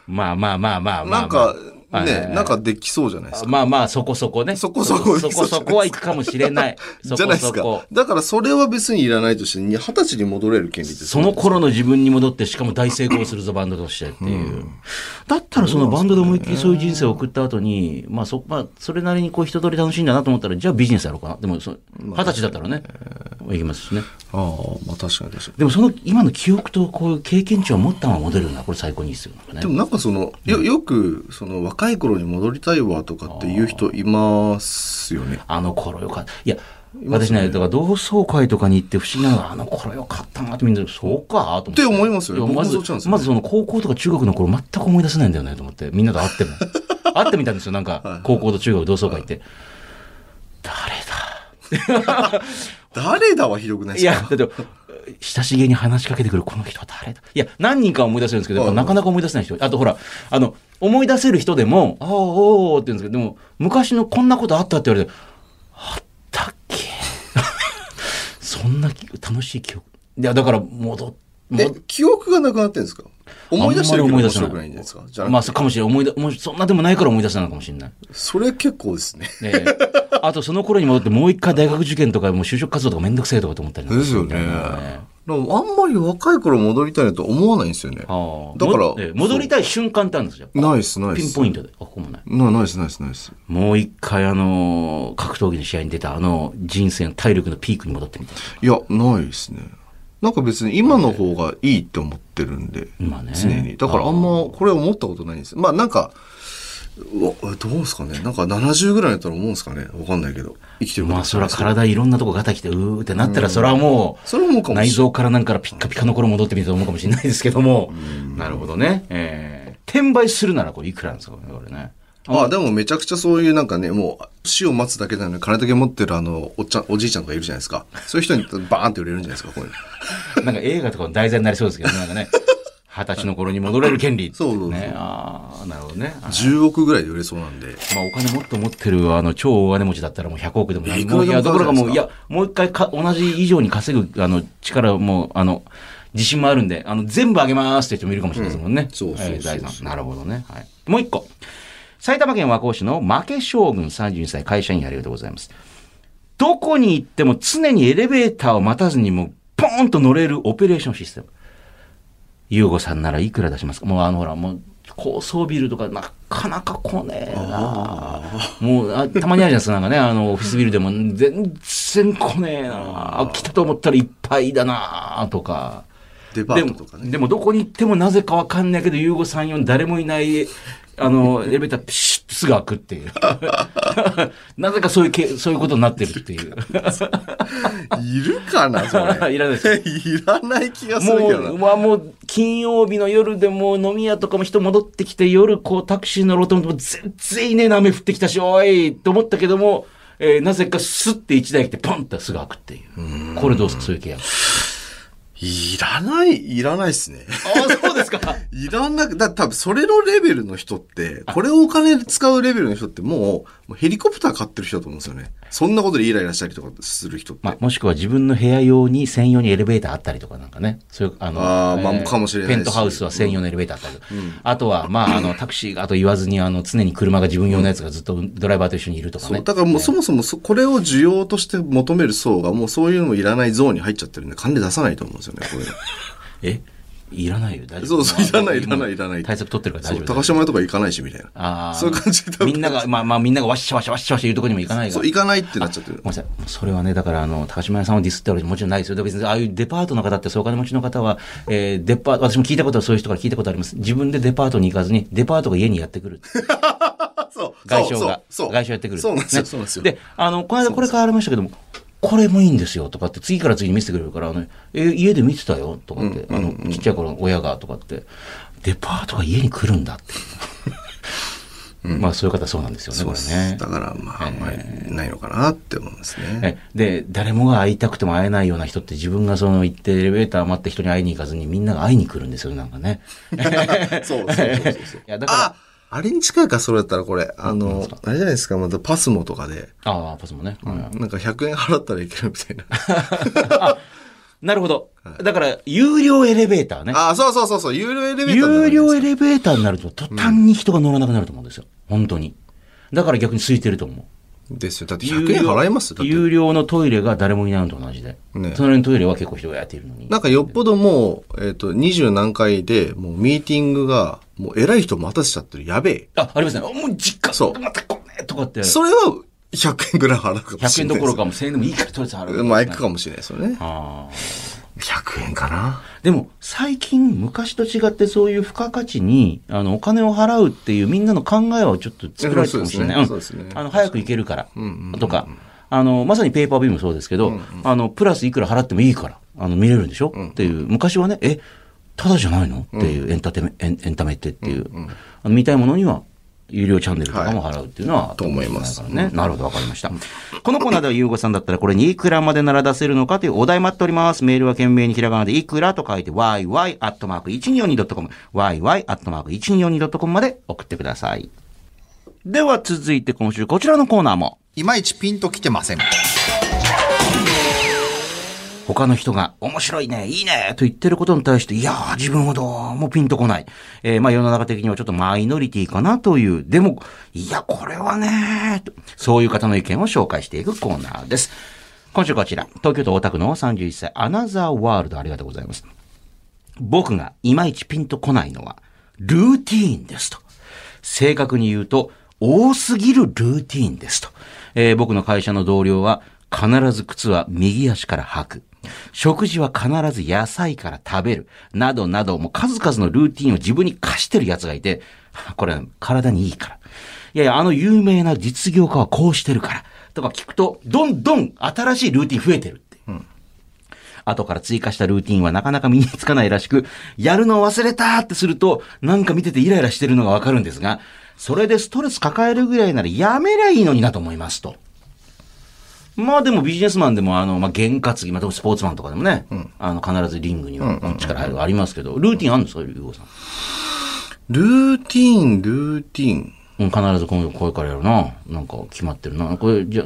[SPEAKER 1] まあまあまあまあまあまあ。
[SPEAKER 2] なんか、
[SPEAKER 1] はいはいは
[SPEAKER 2] ね、
[SPEAKER 1] い
[SPEAKER 2] なんかできそうじゃないですか。
[SPEAKER 1] まあまあ、そこそこね。
[SPEAKER 2] そこそこ
[SPEAKER 1] そこそこは行くかもしれ ない。そ
[SPEAKER 2] じゃない
[SPEAKER 1] こ
[SPEAKER 2] です
[SPEAKER 1] そこ
[SPEAKER 2] か。。だからそれは別にいらないとして、に二十歳に戻れる権利って
[SPEAKER 1] その頃の自分に戻って、しかも大成功するぞ、バンドとしてっていう。だったら、そのバンドで思いっきりそういう人生を送った後に、まあそ、まあ、それなりにこう一通り楽しいんだなと思ったら、じゃあビジネスやろうかな。でもそ、二十歳だったらね、いきますしね。
[SPEAKER 2] ああ、まあ確かに確かに。
[SPEAKER 1] でも、その、今の記憶とこういう経験値を持ったまま戻れるのは、これ最高にいいですよ。なんかね
[SPEAKER 2] でもなんかその、よ、よく、その若い頃に戻りたいわとかっていう人いますよね。
[SPEAKER 1] あの頃よかった。いや、私ね、だから同窓会とかに行って不思議なのが、あの頃よかったなってみんなで、そうかと思って。
[SPEAKER 2] って思いますよね
[SPEAKER 1] や
[SPEAKER 2] 僕も
[SPEAKER 1] ま
[SPEAKER 2] そうしたんです
[SPEAKER 1] ず、
[SPEAKER 2] よ
[SPEAKER 1] まずその高校とか中学の頃全く思い出せないんだよねと思って、みんなと会って も。会ってみたんですよ、なんか、高校と中学同窓会行って。誰だ
[SPEAKER 2] 誰だはひどくないで
[SPEAKER 1] い
[SPEAKER 2] すか
[SPEAKER 1] や、だって、親しげに話しかけてくるこの人は誰だいや、何人か思い出せるんですけど、やっぱなかなか思い出せない人。あとほら、あの、思い出せる人でも、ああ、おーおーって言うんですけど、でも、昔のこんなことあったって言われて、あったっけ そんなき楽しい記憶。いや、だから、戻っ、も
[SPEAKER 2] え、記憶がなくなってんですか思い出してる
[SPEAKER 1] あ
[SPEAKER 2] け
[SPEAKER 1] んまり思
[SPEAKER 2] ど面
[SPEAKER 1] い出せ
[SPEAKER 2] 白くないんじゃないですかじゃあ、
[SPEAKER 1] まあ、そうかもしれない。思い出、もうそんなでもないから思い出せないのかもしれない。
[SPEAKER 2] それ結構ですね。
[SPEAKER 1] ええあと、その頃に戻って、もう一回大学受験とか、もう就職活動とかめんどくせえとかと思ったりなんか
[SPEAKER 2] ですよね。でもあんまり若い頃戻りたいなと思わないんですよね。
[SPEAKER 1] ああ
[SPEAKER 2] だから
[SPEAKER 1] もええ戻りたい瞬間ってあるんですよ。
[SPEAKER 2] ないっす、ないっ
[SPEAKER 1] ピン
[SPEAKER 2] す。
[SPEAKER 1] ポイントで。あ、ここもない。
[SPEAKER 2] なないっす、ないっす、ないっす。
[SPEAKER 1] もう一回あのー、格闘技の試合に出たあの人生の体力のピークに戻ってみたいな。
[SPEAKER 2] いや、ないですね。なんか別に今の方がいいって思ってるんで、
[SPEAKER 1] 今ね
[SPEAKER 2] 常に。だからあんま、これ思ったことないんです。まあなんか、うわどうですかね。なんか70ぐらいだったら思うんですかね。わかんないけど。生きてること
[SPEAKER 1] まあそら体いろんなとこガタきて、うーってなったらそらも
[SPEAKER 2] それは思う
[SPEAKER 1] う、
[SPEAKER 2] かもしれない
[SPEAKER 1] 内。臓からなんかピッカピカの頃戻ってみたと思うかもしれないですけども。なるほどね。えー、転売するならこれいくらなんですかね、これね。
[SPEAKER 2] ああ、でもめちゃくちゃそういうなんかね、もう死を待つだけなのに金だけ持ってるあの、おっちゃん、おじいちゃんとかいるじゃないですか。そういう人にバーンって売れるんじゃないですか、こういう
[SPEAKER 1] な
[SPEAKER 2] の。
[SPEAKER 1] んか映画とかの題材になりそうですけどね、なんかね。二十歳の頃に戻れる権利。
[SPEAKER 2] そうそうそう
[SPEAKER 1] ね。ああ、なるほどね。あ
[SPEAKER 2] 10億ぐらいで売れそうなんで。
[SPEAKER 1] まあ、お金もっと持ってる、あの、超大金持ちだったらもう100億でも
[SPEAKER 2] い
[SPEAKER 1] 何
[SPEAKER 2] くら
[SPEAKER 1] も、
[SPEAKER 2] でも
[SPEAKER 1] いや、どころかもう、
[SPEAKER 2] 買う
[SPEAKER 1] い
[SPEAKER 2] じゃ
[SPEAKER 1] や、もう一回か、同じ以上に稼ぐ、あの、力をもう、あの、自信もあるんで、あの、全部あげますって人もいるかもしれないですもんね。
[SPEAKER 2] そうそうそうそう
[SPEAKER 1] えー財産なるほどね。はい。もう一個。埼玉県和光市の負け将軍32歳会社員ありがとうございます。どこに行っても常にエレベーターを待たずにもうポーンと乗れるオペレーションシステム。ゆうごさんならいくら出しますかもうあのほら、もう高層ビルとかなかなか来ねえなもうあたまにあるじゃないですか、なんかね、あのオフィスビルでも全然来ねえな来たと思ったらいっぱいだなとか。
[SPEAKER 2] デパートと
[SPEAKER 1] で
[SPEAKER 2] か
[SPEAKER 1] も
[SPEAKER 2] ね。
[SPEAKER 1] でもどこに行ってもなぜかわかんないけど、ゆうごさんよ誰もいない、あ の、エレベーターピシュッとすぐ開くっていう。 なぜかそういうけ、そういうことになってるっていう。
[SPEAKER 2] いるかな、そ れ。
[SPEAKER 1] いらないです
[SPEAKER 2] いらない気 がす
[SPEAKER 1] も
[SPEAKER 2] るけどな。
[SPEAKER 1] う、まあもう、金曜日の夜でもう飲み屋とかも人戻ってきて、夜こうタクシー乗ろうと思っても、全然いねえな、雨降ってきたし、おいと思ったけども、えーなぜかスッて一台来て、ポンってすぐ開くっていう。これどうですか、そういう契 約。
[SPEAKER 2] いらない、いらないっすね。
[SPEAKER 1] ああ、そうですか。
[SPEAKER 2] いらなく、だ多分それのレベルの人って、これをお金使うレベルの人ってもう、もうヘリコプター買ってる人だと思うんですよね。そんなことでイライラしたりとかする人って。
[SPEAKER 1] まあ、もしくは自分の部屋用に専用にエレベーターあったりとかなんかね。そういう、あの、
[SPEAKER 2] あーまあかもしれないし
[SPEAKER 1] ペントハウスは専用のエレベーターあったりとか、あとは、まあ、あの、タクシーがあと言わずに、あの、常に車が自分用のやつがずっとドライバーと一緒にいるとか
[SPEAKER 2] そ
[SPEAKER 1] ね
[SPEAKER 2] う。だからもうそもそもそこれを需要として求める層がもうそういうのもいらないゾーンに入っちゃってるんで、金出さないと思うんですよね、これ。
[SPEAKER 1] えいらないよ、大丈
[SPEAKER 2] そ
[SPEAKER 1] 夫。
[SPEAKER 2] うそう、いらない、い
[SPEAKER 1] まあ
[SPEAKER 2] らない、いらない。
[SPEAKER 1] 対策取ってる から大
[SPEAKER 2] そ
[SPEAKER 1] 丈
[SPEAKER 2] う、
[SPEAKER 1] 夫。
[SPEAKER 2] 高島屋とか行かないし、みたい
[SPEAKER 1] あ
[SPEAKER 2] な。
[SPEAKER 1] あ。
[SPEAKER 2] そういう感じで多分
[SPEAKER 1] みんなが、まあまあみんながわっしゃわっしゃわっしゃわっしゃ言うとこにも行かないか
[SPEAKER 2] そ
[SPEAKER 1] ら
[SPEAKER 2] う、。行かないってなっちゃってる
[SPEAKER 1] ご。めんなさい。それはね、だから、あの、高島屋さんをディスってわけじゃもちろんないですよ。で別に、ああいうデパートの方って、そうお金持ちの方は、えーデパート、私も聞いたことはそういう人から聞いたことあります。自分でデパートに行かずに、デパートが家にやってくる。
[SPEAKER 2] そう、
[SPEAKER 1] 外相
[SPEAKER 2] そう
[SPEAKER 1] が。
[SPEAKER 2] そう。
[SPEAKER 1] 外相やってくる。
[SPEAKER 2] そうなんですよ、
[SPEAKER 1] ね
[SPEAKER 2] そうなんですよ。
[SPEAKER 1] で、あの、この間これ変わりましたけども、これもいいんですよとかって次から次に見せてくれるから、あのえ家で見てたよとかって、あのちっちゃい頃の親がとかってデパートが家に来るんだって、まあそういう方そうなんですよねこれね
[SPEAKER 2] だ。からまああんまりないのかなって思うんです
[SPEAKER 1] え
[SPEAKER 2] ね。
[SPEAKER 1] で誰もが会いたくても会えないような人って自分がその行ってエレベーター待って人に会いに行かずにみんなが会いに来るんですよねなんかね。
[SPEAKER 2] そうそうそうそうそう。
[SPEAKER 1] いやだから
[SPEAKER 2] ああれに近いか、それだったらこれ。あの、あれじゃないですか、またパスモとかで。
[SPEAKER 1] ああパスもね。うん
[SPEAKER 2] なんか100円払ったらいける みたいな。
[SPEAKER 1] なるほど。だから有料エレベーターね。
[SPEAKER 2] あ、そうそうそうそう、有料エレベーター
[SPEAKER 1] 有
[SPEAKER 2] じゃない
[SPEAKER 1] 料エレベーターになると途端に人が乗らなくなると思うんですよ。本当に。だから逆に空いてると思う。
[SPEAKER 2] ですよ。だって100円払いますだって。
[SPEAKER 1] 有料のトイレが誰もいないのと同じで。
[SPEAKER 2] ね
[SPEAKER 1] 隣のトイレは結構人がやっているのに。
[SPEAKER 2] なんかよっぽどもう、えっ、と、20何回で、もうミーティングが、もう偉い人待たせちゃってる。やべえ。
[SPEAKER 1] あ、ありますね。あもう実家、
[SPEAKER 2] そう
[SPEAKER 1] またこねとかって。
[SPEAKER 2] それは100円ぐらい払うかも
[SPEAKER 1] 100
[SPEAKER 2] しれ
[SPEAKER 1] 円
[SPEAKER 2] ない。
[SPEAKER 1] どころかもう1000円でもいいからとりあえず払う。
[SPEAKER 2] まあ、いくかもしれないですよね。
[SPEAKER 1] あー
[SPEAKER 2] 100円かな。
[SPEAKER 1] でも最近昔と違ってそういう付加価値にあのお金を払うっていうみんなの考えをちょっと作られてるかもしれない。
[SPEAKER 2] そうですねそうですね
[SPEAKER 1] あの早く行けるからとか、あのまさにペーパービューもそうですけど、あのプラスいくら払ってもいいからあの見れるんでしょ、っていう昔はねえただじゃないのっていうエンタテメ、エンエンタメってっていう、あの見たいものには有料チャンネルとかも払うっていうのは、
[SPEAKER 2] と思います
[SPEAKER 1] からね。なるほど、わかりました。このコーナーでは、ゆうごさんだったら、これにいくらまでなら出せるのかというお題待っております。メールは懸命にひらがなで、いくらと書いて、yy.1242.com、yy.1242.com まで送ってください。では、続いて今週、こちらのコーナーも、
[SPEAKER 2] いまいちピンときてません。
[SPEAKER 1] 他の人が面白いね、いいねと言ってることに対して、いやー、自分はどうもピンとこない。えーまあ世の中的にはちょっとマイノリティかなという、でも、いや、これはねーとそういう方の意見を紹介していくコーナーです。今週こちら、東京都大田区の31歳、アナザーワールド、ありがとうございます。僕がいまいちピンとこないのは、ルーティーンですと。正確に言うと、多すぎるルーティーンですと。えー僕の会社の同僚は、必ず靴は右足から履く。食事は必ず野菜から食べる。などなど、もう数々のルーティーンを自分に課してる奴がいて、これは体にいいから。いやいや、あの有名な実業家はこうしてるから。とか聞くと、どんどん新しいルーティン増えてるって。後から追加したルーティンはなかなか身につかないらしく、やるのを忘れたってすると、なんか見ててイライラしてるのがわかるんですが、それでストレス抱えるぐらいならやめりゃいいのになと思いますと。まあでもビジネスマンでもあの、まあ験担ぎ、まあでもスポーツマンとかでもね、あの必ずリングには力入るありますけど、ルーティンあるんですか、ゆうごさん。
[SPEAKER 2] ルーティーン、ルーティーン。
[SPEAKER 1] うん、必ずこの声からやるな。なんか決まってるな。これじゃ、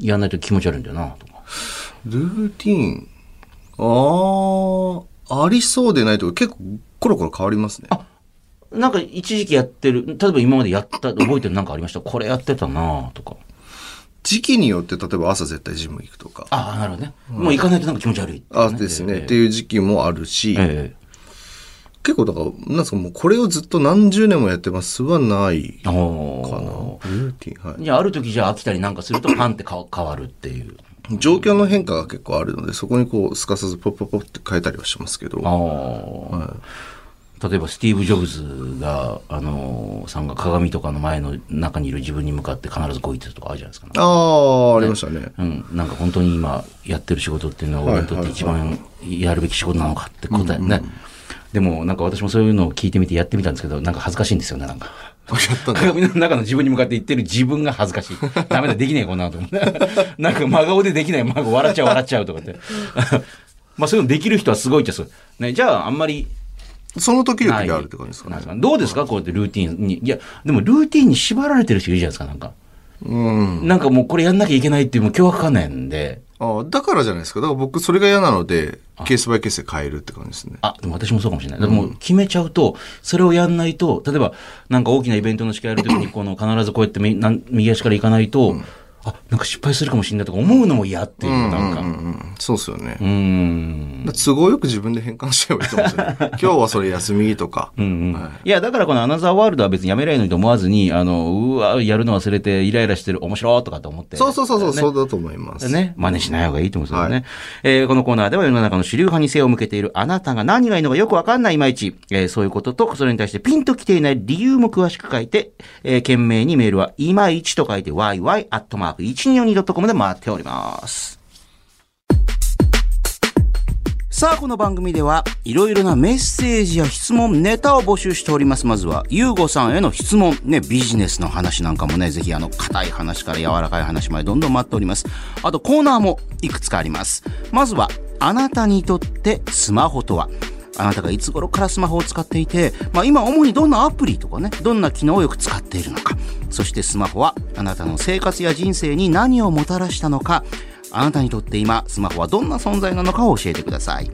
[SPEAKER 1] やんないと気持ち悪いんだよな、とか。
[SPEAKER 2] ルーティーン。あー、ありそうでないとか結構コロコロ変わりますね。
[SPEAKER 1] なんか一時期やってる、例えば今までやった、覚えてるなんかありましたこれやってたなとか。
[SPEAKER 2] 時期によって、例えば朝絶対ジム行くとか。
[SPEAKER 1] ああ、なるほどね。もう行かないとなんか気持ち悪いっていうね、
[SPEAKER 2] あですね、っていう時期もあるし、
[SPEAKER 1] え
[SPEAKER 2] 結構だから、なんですか、もうこれをずっと何十年もやってますはない
[SPEAKER 1] え。あ
[SPEAKER 2] か
[SPEAKER 1] あ。
[SPEAKER 2] な。ルーティン、はい。
[SPEAKER 1] じゃあ、ある時じゃあ飽きたりなんかすると、パンってか変わるっていう。
[SPEAKER 2] 状況の変化が結構あるので、そこにこう、すかさずポッポッポッって変えたりはしますけど、
[SPEAKER 1] ああ、例えば、スティーブ・ジョブズが、あのーさんが鏡とかの前の中にいる自分に向かって必ずこう言ってたとかあるじゃないですか、
[SPEAKER 2] ああ、ありましたね。
[SPEAKER 1] うん、なんか本当に今やってる仕事っていうのは俺にとって一番やるべき仕事なのかって答えね。でもなんか私もそういうのを聞いてみてやってみたんですけど、なんか恥ずかしいんですよね、なんか。鏡の中の自分に向かって言ってる自分が恥ずか しい。ダメだ、できねえこんなのと 思って。なんか真顔でできない、真顔笑っちゃう、笑っちゃうとかって。 まあそういうのできる人はすごいっちゃすごい。ね、じゃああんまり
[SPEAKER 2] その時々
[SPEAKER 1] ない。
[SPEAKER 2] であるって感じですかね。
[SPEAKER 1] なんどうですかこうやってルーティンに。いや、でもルーティンに縛られてる人いるじゃないですか、なんか。
[SPEAKER 2] うん。
[SPEAKER 1] なんかもうこれやんなきゃいけないっていうもう脅迫観念で。
[SPEAKER 2] ああ、だからじゃないですか。だから僕、それが嫌なので、ケースバイケースで変えるって感じですね。
[SPEAKER 1] あ、でも私もそうかもしれない。でも決めちゃうと、それをやんないと、例えば、なんか大きなイベントの司会やるときに、この必ずこうやってみなん右足から行かないと、あ、なんか失敗するかもしれないとか思うのも嫌っていう、なんか。
[SPEAKER 2] うんうん、そうですよね。
[SPEAKER 1] うーん。
[SPEAKER 2] だから都合よく自分で変換しちゃえばいいと思うんですよ ね。今日はそれ休みとか。はい
[SPEAKER 1] いや、だからこのアナザーワールドは別にやめりゃいいのにと思わずに、あの、うわ、やるの忘れてイライラしてる、面白いとかと思って。
[SPEAKER 2] そうそうそうそう、
[SPEAKER 1] ね
[SPEAKER 2] そうだと思います。
[SPEAKER 1] ね。真似しない方がいいと思うんですよね。
[SPEAKER 2] は
[SPEAKER 1] えーこのコーナーでは世の中の主流派に背を向けているあなたが何がいいのかよくわかんないいまいち、えーそういうことと、それに対してピンときていない理由も詳しく書いて、えー、懸命にメールはいまいちと書いて yy.1242.com で回っております。さあ、この番組では、いろいろなメッセージや質問、ネタを募集しております。まずは、ゆうごさんへの質問、ね、ビジネスの話なんかもね、ぜひ、あの、硬い話から柔らかい話までどんどん待っております。あと、コーナーもいくつかあります。まずは、あなたにとってスマホとはあなたがいつ頃からスマホを使っていて、まあ、今主にどんなアプリとかねどんな機能をよく使っているのかそしてスマホはあなたの生活や人生に何をもたらしたのかあなたにとって今スマホはどんな存在なのかを教えてください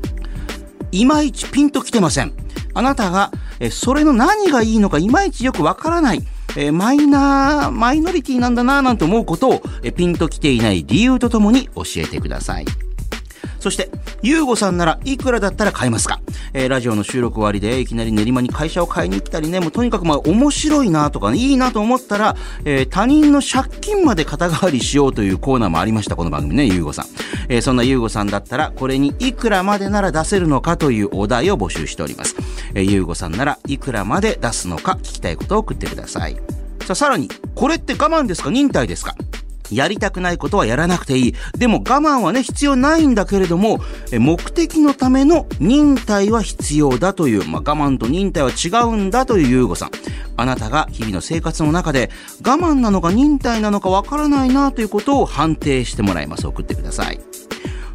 [SPEAKER 1] いまいちピンときてませんあなたがえそれの何がいいのかいまいちよくわからないえマイナーマイノリティなんだなぁなんて思うことをえピンときていない理由とともに教えてくださいそして、ゆうごさんならいくらだったら買えますかえーラジオの収録終わりでいきなり練馬に会社を買いに来たりね、もうとにかくまあ面白いなとか、ね、いいなと思ったら、えー他人の借金まで肩代わりしようというコーナーもありました、この番組ね、ゆうごさん。えーそんなゆうごさんだったら、これにいくらまでなら出せるのかというお題を募集しております。えー、ゆうごさんならいくらまで出すのか聞きたいことを送ってください。さあ、さらに、これって我慢ですか忍耐ですかやりたくないことはやらなくていい。でも我慢はね、必要ないんだけれども、え目的のための忍耐は必要だという、まあ、我慢と忍耐は違うんだというゆうごさん。あなたが日々の生活の中で、我慢なのか忍耐なのかわからないなということを判定してもらいます。送ってください。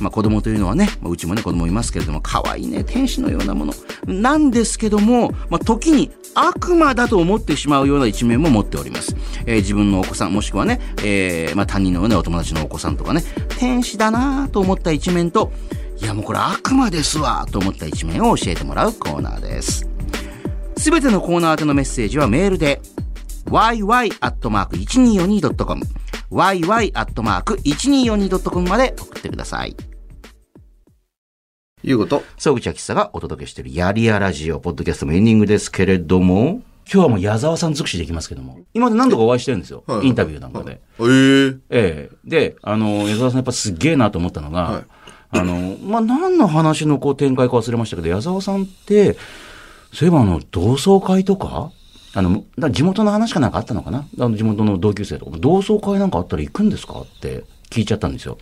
[SPEAKER 1] まあ、子供というのはね、まあうちもね、子供いますけれども、可愛いね、天使のようなもの。なんですけども、まあ、時に悪魔だと思ってしまうような一面も持っております。えー自分のお子さん、もしくはね、えーまあ、他人のね、お友達のお子さんとかね、天使だなぁと思った一面と、いやもうこれ悪魔ですわと思った一面を教えてもらうコーナーです。すべてのコーナー宛てのメッセージはメールで、yy.1242.com yy.1242.com まで送ってください。
[SPEAKER 2] いうこと。
[SPEAKER 1] 総口秋さがお届けしているやりやラジオ、ポッドキャストもエンディングですけれども、
[SPEAKER 3] 今日はもう矢沢さん尽くしでいきますけども、今まで何度かお会いしてるんですよ。
[SPEAKER 2] はい
[SPEAKER 3] インタビューなんかで。
[SPEAKER 2] えー、
[SPEAKER 3] ええで、あの、矢沢さんやっぱすげえなと思ったのが、
[SPEAKER 2] はい
[SPEAKER 3] あの、まあ、何の話のこう展開か忘れましたけど、矢沢さんって、そういえばあの、同窓会とか、あの、だ地元の話かなんかあったのかなあの、地元の同級生とか、同窓会なんかあったら行くんですかって聞いちゃったんですよ。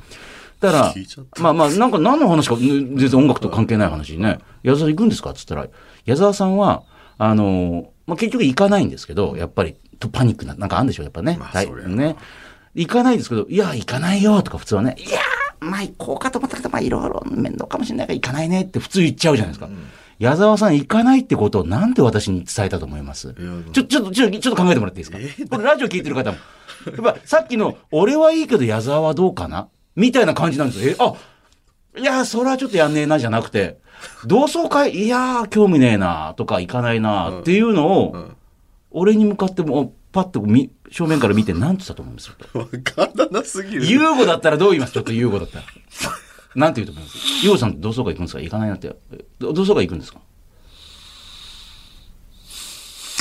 [SPEAKER 3] だから
[SPEAKER 2] 聞いちゃっ、
[SPEAKER 3] まあまあ、なんか何の話か、ね全然音楽と関係ない話ね、矢沢さん行くんですかって言ったら、矢沢さんは、あの、まあ、結局行かないんですけど、やっぱり、とパニックな、なんかあるんでしょう、やっぱね。
[SPEAKER 2] まあ
[SPEAKER 3] 大
[SPEAKER 2] そりゃ
[SPEAKER 3] ね。行かないですけど、いや、行かないよとか普通はね、いやー、まあ行こうかと思ったけど、まあいろいろ面倒かもしれないから行かないねって普通言っちゃうじゃないですか。矢沢さん行かないってことをなんで私に伝えたと思いますちょ、ちょっと、ちょ、ちょっと考えてもらっていいですかこれラジオ聞いてる方も。やっぱさっきの、俺はいいけど矢沢はどうかなみたいな感じなんですよ。え、あ、いやー、それはちょっとやんねえなじゃなくて、同窓会、いやー、興味ねえなとか行かないなっていうのを、
[SPEAKER 2] ん
[SPEAKER 3] 俺に向かってもう、パッとみ正面から見て何て言ったと思います
[SPEAKER 2] わからなすぎる。
[SPEAKER 3] ユーゴだったらどう言いますちょっとユーゴだったら。なんて言うと思いますユーゴさん同窓会行くんですか行かないなって。え同窓会行くんですか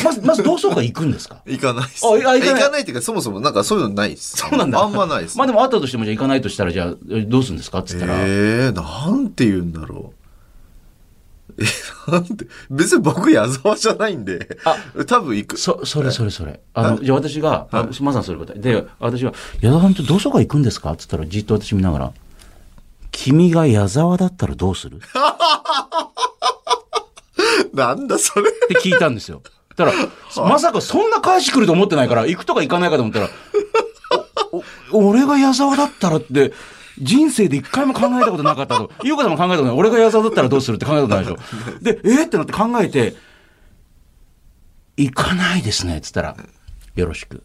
[SPEAKER 3] まず、まず同窓会行くんですか
[SPEAKER 2] 行かないっす。
[SPEAKER 3] あいあ行かない
[SPEAKER 2] 行かないっていうか、そもそもなんかそういうのないっす。そう
[SPEAKER 3] なんだ
[SPEAKER 2] あんまないっす。
[SPEAKER 3] まあでもあったとしてもじゃあ行かないとしたらじゃあえどうするんですかって言ったら、
[SPEAKER 2] えー、なんて言うんだろう。え、なんて、別に僕矢沢じゃないんで、多分行く。
[SPEAKER 3] そ、それそれそれ。あの、じゃあ私が、あまさにそれ答え。で、私が、矢沢さんって同窓会行くんですかって言ったらじっと私見ながら、君が矢沢だったらどうする
[SPEAKER 2] なんだそれ。
[SPEAKER 3] って聞いたんですよ。たら、まさかそんな返し来ると思ってないから、行くとか行かないかと思ったら、おお俺が矢沢だったらって、人生で一回も考えたことなかったと。 優香さんも考えたことない。俺が矢沢だったらどうするって考えたこと ないでしょ。で、えー、ってなって考えて、行かないですね、っつったら、よろしく。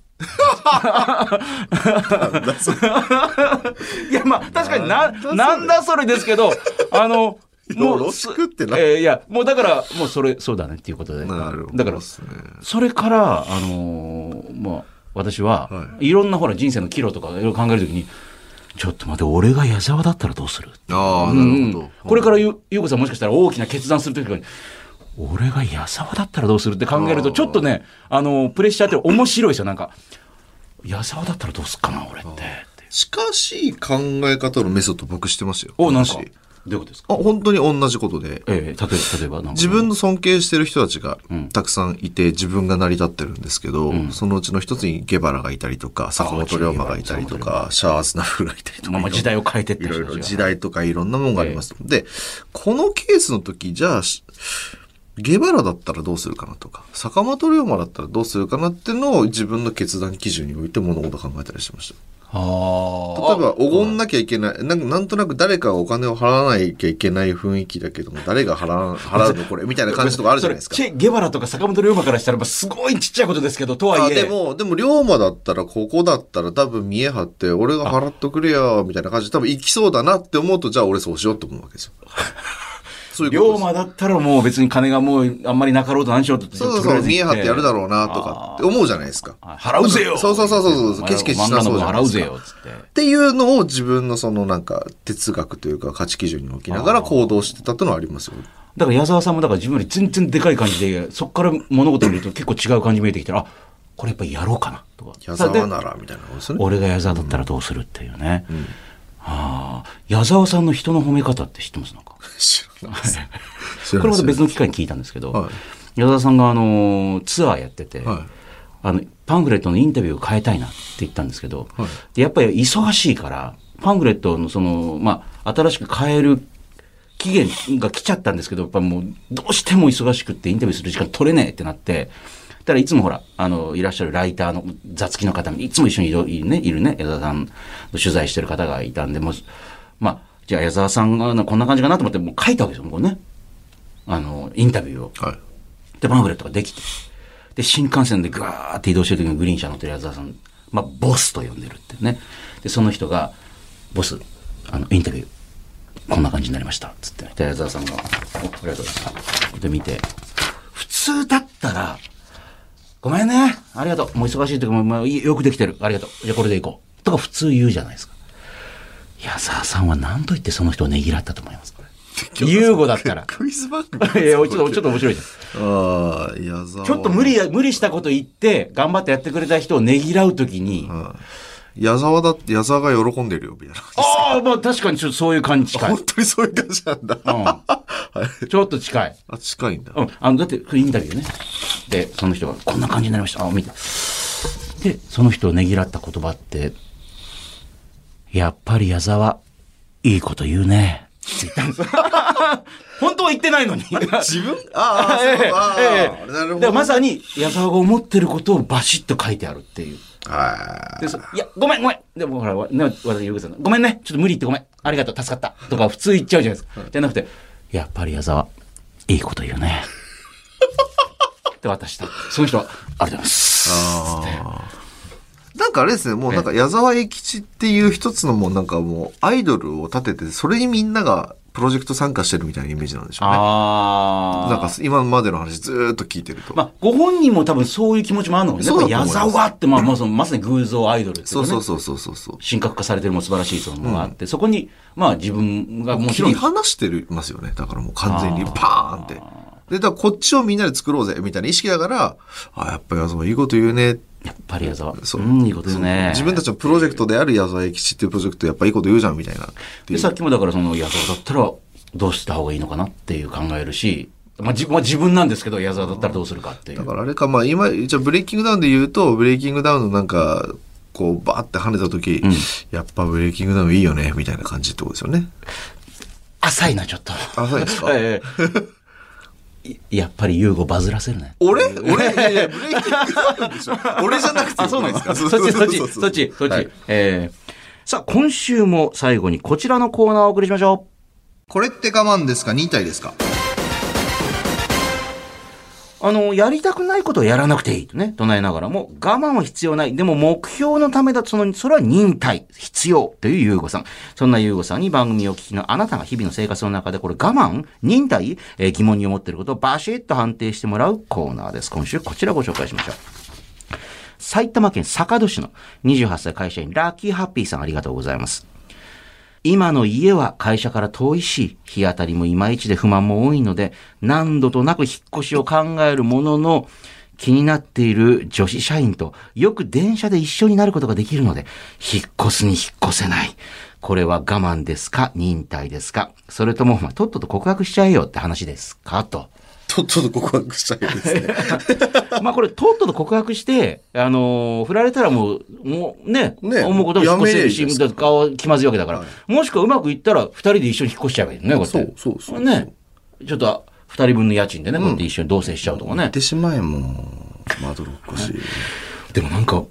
[SPEAKER 3] いや、まあ、確かにな、なんだそれですけど、あ の、
[SPEAKER 2] よろしくってな
[SPEAKER 3] えーいや、もうだから、もうそれ、そうだねっていうことで。
[SPEAKER 2] なるほど
[SPEAKER 3] だから
[SPEAKER 2] っ、すね
[SPEAKER 3] それから、あのーまあ、私は、、
[SPEAKER 2] はい
[SPEAKER 3] ろんなほら人生の岐路とかいろいろ考えるときに、
[SPEAKER 1] ちょっと待って、俺が矢沢だったらどうする
[SPEAKER 2] ああ、なるほど。
[SPEAKER 1] これからゆゆうこさんもしかしたら大きな決断するときに、俺が矢沢だったらどうするって考えると、ちょっとね、あの、プレッシャーって面白いですよ、なんか。矢沢だったらどうすっかな、俺って。
[SPEAKER 2] 近しい考え方のメソッド僕してますよ。
[SPEAKER 1] お、なんす
[SPEAKER 2] し
[SPEAKER 1] かどういうことですか
[SPEAKER 2] あ、本当に同じことで。
[SPEAKER 1] ええ、例えば、例えばなんか、
[SPEAKER 2] 自分の尊敬してる人たちがたくさんいて、自分が成り立ってるんですけど、そのうちの一つにゲバラがいたりとか、坂本龍馬がいたりとか、シャアーズナフルがいたりと
[SPEAKER 1] まあま
[SPEAKER 2] か
[SPEAKER 1] あ、時代を変えてっ
[SPEAKER 2] い
[SPEAKER 1] た
[SPEAKER 2] ろい
[SPEAKER 1] 人た
[SPEAKER 2] ろ
[SPEAKER 1] ち
[SPEAKER 2] 時代とかいろんなものがあります。で、このケースの時、じゃあ、しゲバラだったらどうするかなとか、坂本龍馬だったらどうするかなっていうのを自分の決断基準に置いて物事を考えたりしてました。
[SPEAKER 1] あー
[SPEAKER 2] 例えば、おごんなきゃいけない、なんかなんとなく誰かがお金を払わないきゃいけない雰囲気だけども、誰が払わん 払うのこれみたいな感じとかあるじゃないですか。
[SPEAKER 1] それチェ・ゲバラとか坂本龍馬からしたら、まあすごいちっちゃいことですけど、とは
[SPEAKER 2] あ
[SPEAKER 1] いえ。
[SPEAKER 2] でも、でも、龍馬だったら、ここだったら、多分見え張って、俺が払っとくれよ、みたいな感じで、多分行きそうだなって思うと、じゃあ俺そうしようって思うわけ ですよ。そうい
[SPEAKER 1] 龍
[SPEAKER 2] うことです。
[SPEAKER 1] 馬だったらもう別に金がもうあんまりなかろうと何しようとって
[SPEAKER 2] そうそうそう、見え張ってやるだろうな、とかって思うじゃないですか。
[SPEAKER 1] あ払うぜよ
[SPEAKER 2] そうそうそうそうそう、ケチケチしなそうじゃな
[SPEAKER 1] 漫
[SPEAKER 2] い
[SPEAKER 1] 画の分払う
[SPEAKER 2] ですか
[SPEAKER 1] ぜ。よ、つって。
[SPEAKER 2] っていうのを自分のそのなんか哲学というか価値基準に置きながら行動してたってのはありますよ。
[SPEAKER 1] だから矢沢さんもだから自分より全然でかい感じ で、そこから物事を見ると結構違う感じ見えてきたら、あ、これやっぱりやろうかな、とか。
[SPEAKER 2] 矢沢
[SPEAKER 1] で
[SPEAKER 2] ならみたいなことですね。
[SPEAKER 1] 俺が矢沢だったらどうするっていうね。ああ、矢沢さんの人の褒め方って知ってますなんか。
[SPEAKER 2] 知らないです。知ら
[SPEAKER 1] こ
[SPEAKER 2] な
[SPEAKER 1] れまた
[SPEAKER 2] いです
[SPEAKER 1] 別の機会に聞いたんですけど、
[SPEAKER 2] は
[SPEAKER 1] 矢沢さんがあのツアーやってて、
[SPEAKER 2] はい
[SPEAKER 1] あのパンフレットのインタビューを変えたいなって言ったんですけど、でやっぱり忙しいからパンフレットのその、まあ、新しく変える期限が来ちゃったんですけどやっぱもうどうしても忙しくってインタビューする時間取れねえってなって。ただいつもほら、あの、いらっしゃるライターの雑記の方も、いつも一緒にいるいるね、いるね、矢沢さんの取材してる方がいたんで、もう、まあ、じゃあ矢沢さんがこんな感じかなと思って、もう書いたわけですよ、もうね。あの、インタビューを。
[SPEAKER 2] はい。
[SPEAKER 1] で、パンフレットができて。で、新幹線でガーって移動してる時にグリーン車乗ってる矢沢さん、まあ、ボスと呼んでるってね。で、その人が、ボス、あの、インタビュー、こんな感じになりました。つって、ね。で、矢沢さんが、おありがとうございます。で、見て、普通だったら、ごめんね。ありがとう。もう忙しい時も、まあ、いいよくできてる。ありがとう。じゃあこれでいこう。とか普通言うじゃないですか。矢沢さんは何と言ってその人をねぎらったと 思いますか優吾だったら。
[SPEAKER 2] クイズバッグ
[SPEAKER 1] いや、ちょっと、ちょっと面白いじゃん。
[SPEAKER 2] ああ、矢沢。
[SPEAKER 1] ちょっと無理や、無理したこと言って、頑張ってやってくれた人をねぎらうときに、あ
[SPEAKER 2] 矢沢だって、矢沢が喜んでるよ、みたいな。
[SPEAKER 1] あー、まあ確かにちょっとそういう感じ近い
[SPEAKER 2] 本。当にそういう感じなん だ。
[SPEAKER 1] ちょっと近い。
[SPEAKER 2] あ、近いんだ。
[SPEAKER 1] うん。あの、だって、インタビューね。で、その人が、こんな感じになりました。あ、見て。で、その人をねぎらった言葉って、やっぱり矢沢、いいこと言うね。って言ったんです 本当は言って ないのに。
[SPEAKER 2] 自分ああ、
[SPEAKER 1] え
[SPEAKER 2] そうあ
[SPEAKER 1] えええ
[SPEAKER 2] あ、なるほ
[SPEAKER 1] で
[SPEAKER 2] ど。
[SPEAKER 1] まさに矢沢が思ってることをバシッと書いてあるっていう。
[SPEAKER 2] あ
[SPEAKER 1] でそいや、ごめん、ごめん。でも、ほら、わね、私、ゆうこさん、ごめんね。ちょっと無理言ってごめん。ありがとう、助かった。とか、普通言っちゃうじゃないですか。じゃなくて、やっぱり矢沢、いいこと言うね。 って渡した。その人は、ありがとうございます。つって
[SPEAKER 2] あ。なんかあれですね、もうなんか矢沢永吉っていう一つのもうなんかもうアイドルを立てて、それにみんながプロジェクト参加してるみたいなイメージなんでしょうね。
[SPEAKER 1] あー
[SPEAKER 2] なんか今までの話ずーっと聞いてると。
[SPEAKER 1] まあ、ご本人も多分そういう気持ちもあるのかもね。
[SPEAKER 2] そうだと思い
[SPEAKER 1] や
[SPEAKER 2] ま
[SPEAKER 1] っ
[SPEAKER 2] す
[SPEAKER 1] ぱ矢沢って、まあ、まあ、そのまさに偶像アイドルっていう
[SPEAKER 2] そ
[SPEAKER 1] か
[SPEAKER 2] う
[SPEAKER 1] ね。
[SPEAKER 2] そうそうそうそうそう。
[SPEAKER 1] 神格化されてるも素晴らしいそのものがあって、そこに、まあ、自分がもち
[SPEAKER 2] 切
[SPEAKER 1] ろん
[SPEAKER 2] り、離してるますよね。だからもう完全にパーンって。で、だからこっちをみんなで作ろうぜ、みたいな意識だから、あ、やっぱ矢沢いいこと言うね。
[SPEAKER 1] やっぱり矢沢。、
[SPEAKER 2] そううん
[SPEAKER 1] いいことですね。
[SPEAKER 2] 自分たちのプロジェクトである矢沢永吉っていうプロジェクトやっぱいいこと言うじゃん、みたいな。ってい
[SPEAKER 1] で
[SPEAKER 2] う
[SPEAKER 1] さっきもだからその矢沢だったらどうした方がいいのかなっていう考えるし、まあ、自分は自分なんですけど矢沢だったらどうするかっていう
[SPEAKER 2] だからあれか、まあ今、じゃあブレイキングダウンで言うと、ブレイキングダウンのなんか、こうバーって跳ねた時、やっぱブレイキングダウンいいよね、みたいな感じってことですよね。
[SPEAKER 1] 浅いなちょっと。
[SPEAKER 2] あ、そうですか
[SPEAKER 1] ええ いやっぱり優吾バズらせるね
[SPEAKER 2] 俺 俺いやいや、ブレイキングダウンでしょ。俺じゃなくて。
[SPEAKER 1] あそうなんですかそっ
[SPEAKER 2] う
[SPEAKER 1] ち
[SPEAKER 2] そ
[SPEAKER 1] そうっ
[SPEAKER 2] う
[SPEAKER 1] ち
[SPEAKER 2] う
[SPEAKER 1] そっちそっち、
[SPEAKER 2] はい
[SPEAKER 1] ええさあ今週も最後にこちらのコーナーをお送りしましょ
[SPEAKER 2] これって我慢ですか忍耐ですか
[SPEAKER 1] うあのやりたくないことをやらなくていいとね唱えながらも我慢は必要ないでも目標のためだとそのそれは忍耐必要という優吾さんそんな優吾さんに番組をお聞きのあなたが日々の生活の中でこれ我慢忍耐、えー疑問に思っていることをバシッと判定してもらうコーナーです。今週こちらご紹介しましょう。埼玉県坂戸市の28歳会社員ラッキーハッピーさんありがとうございます。今の家は会社から遠いし、日当たりもいまいちで不満も多いので、何度となく引っ越しを考えるものの、気になっている女子社員とよく電車で一緒になることができるので、引っ越すに引っ越せない。これは我慢ですか忍耐ですかそれとも、まあ、とっとと告白しちゃえよって話ですかと。
[SPEAKER 2] とっとと告白したいですね。
[SPEAKER 1] まあこれ、とっとと告白して、あのー振られたらもう、もうね、
[SPEAKER 2] ね
[SPEAKER 1] 思うことも引っ越せる
[SPEAKER 2] や
[SPEAKER 1] し
[SPEAKER 2] めりゃいいじゃない、で
[SPEAKER 1] 顔は気まずいわけだから、もしくはうまくいったら、二人で一緒に引っ越しちゃえばいいのね、こうやって。
[SPEAKER 2] そうそうそうそう
[SPEAKER 1] ね。ちょっと、二人分の家賃でね、こうやって一緒に同棲しちゃうとか
[SPEAKER 2] 言
[SPEAKER 1] ね
[SPEAKER 2] っ。てしまえもん。まどろっこしい。
[SPEAKER 1] でもなんか、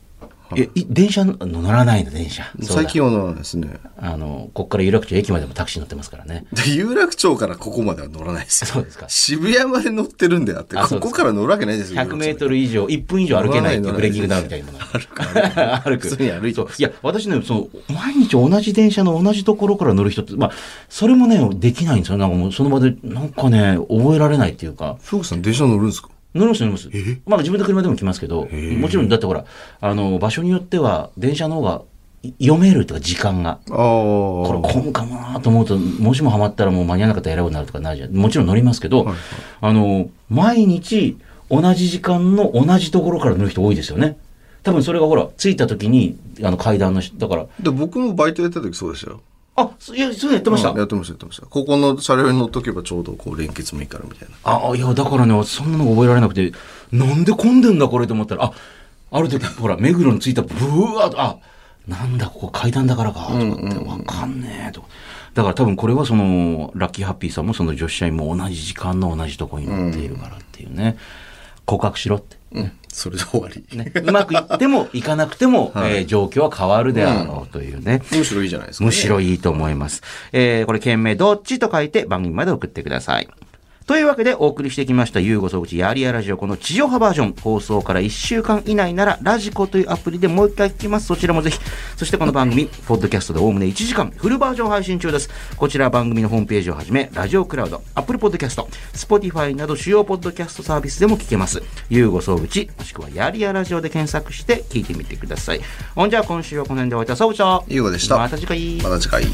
[SPEAKER 1] え、い電車の乗らないの、電車。そう
[SPEAKER 2] 最
[SPEAKER 1] だ
[SPEAKER 2] 近は乗らないですね。
[SPEAKER 1] あの、こっから有楽町駅までもタクシー乗ってますからね。
[SPEAKER 2] で、有楽町からここまでは乗らないですよ。
[SPEAKER 1] そうですか
[SPEAKER 2] 渋谷まで乗ってるんであって、
[SPEAKER 1] あそう
[SPEAKER 2] こ
[SPEAKER 1] です
[SPEAKER 2] こ
[SPEAKER 1] か
[SPEAKER 2] から乗るわけないですよ。
[SPEAKER 1] 100メートル以上、1分以上歩けないっていうブレーキングダウンみたいなもの。歩く。 歩く。
[SPEAKER 2] 普通に歩いて
[SPEAKER 1] そういや、私ね、その、毎日同じ電車の同じところから乗る人って、まあ、それもね、できないんですよ。なんかもう、その場で、なんかね、覚えられないっていうか。
[SPEAKER 2] フーさん電車乗るんですか
[SPEAKER 1] 乗ります乗ります。まあ、自分の車でも来ますけど、もちろん、だってほら、あの、場所によっては、電車の方が、い読めるとか、時間が。
[SPEAKER 2] ああ。こ
[SPEAKER 1] これ混むかもなと思うと、もしもハマったらもう間に合わなかったら選ぶなるとかないじゃん。もちろん乗りますけど、あの、毎日同じ時間の同じところから乗る人多いですよね。多分それがほら、着いた時に、あの階段のし、だから、
[SPEAKER 2] で僕もバイトやってた時そうでしたよ。
[SPEAKER 1] あ、そいや、そうやってました。
[SPEAKER 2] うんやってました、やってました。ここの車両に乗っとけばちょうどこう連結もいいからみたいな。
[SPEAKER 1] あ、いや、だからね、そんなの覚えられなくて、なんで混んでんだこれと思ったら、あ、ある時、ほら、目黒に着いた、ブワーッと、あ、なんだ、ここ階段だからか、と思って、わかんねえ、と。だから多分これはその、ラッキーハッピーさんもその女子社員も同じ時間の同じとこに乗っているからっていうね。告白しろって。
[SPEAKER 2] うん。それで終わり。
[SPEAKER 1] ね、うまくいっても、いかなくても、えー状況は変わるであろうというね。
[SPEAKER 2] むしろいいじゃないですか、ね。
[SPEAKER 1] むしろいいと思います。えー、これ、件名どっちと書いて番組まで送ってください。というわけでお送りしてきました、ゆうご総口やりやラジオ、この地上波バージョン、放送から1週間以内なら、ラジコというアプリでもう一回聞きます。そちらもぜひ。そしてこの番組、ポッドキャストでおおむね1時間、フルバージョン配信中です。こちら番組のホームページをはじめ、ラジオクラウド、アップルポッドキャスト、スポティファイなど主要ポッドキャストサービスでも聞けます。ゆうご総口、もしくはやりやラジオで検索して聞いてみてください。ほんじゃあ今週はこの辺で終わりたそうちゃ
[SPEAKER 2] ゆうごでした
[SPEAKER 1] また次回。
[SPEAKER 2] また次回。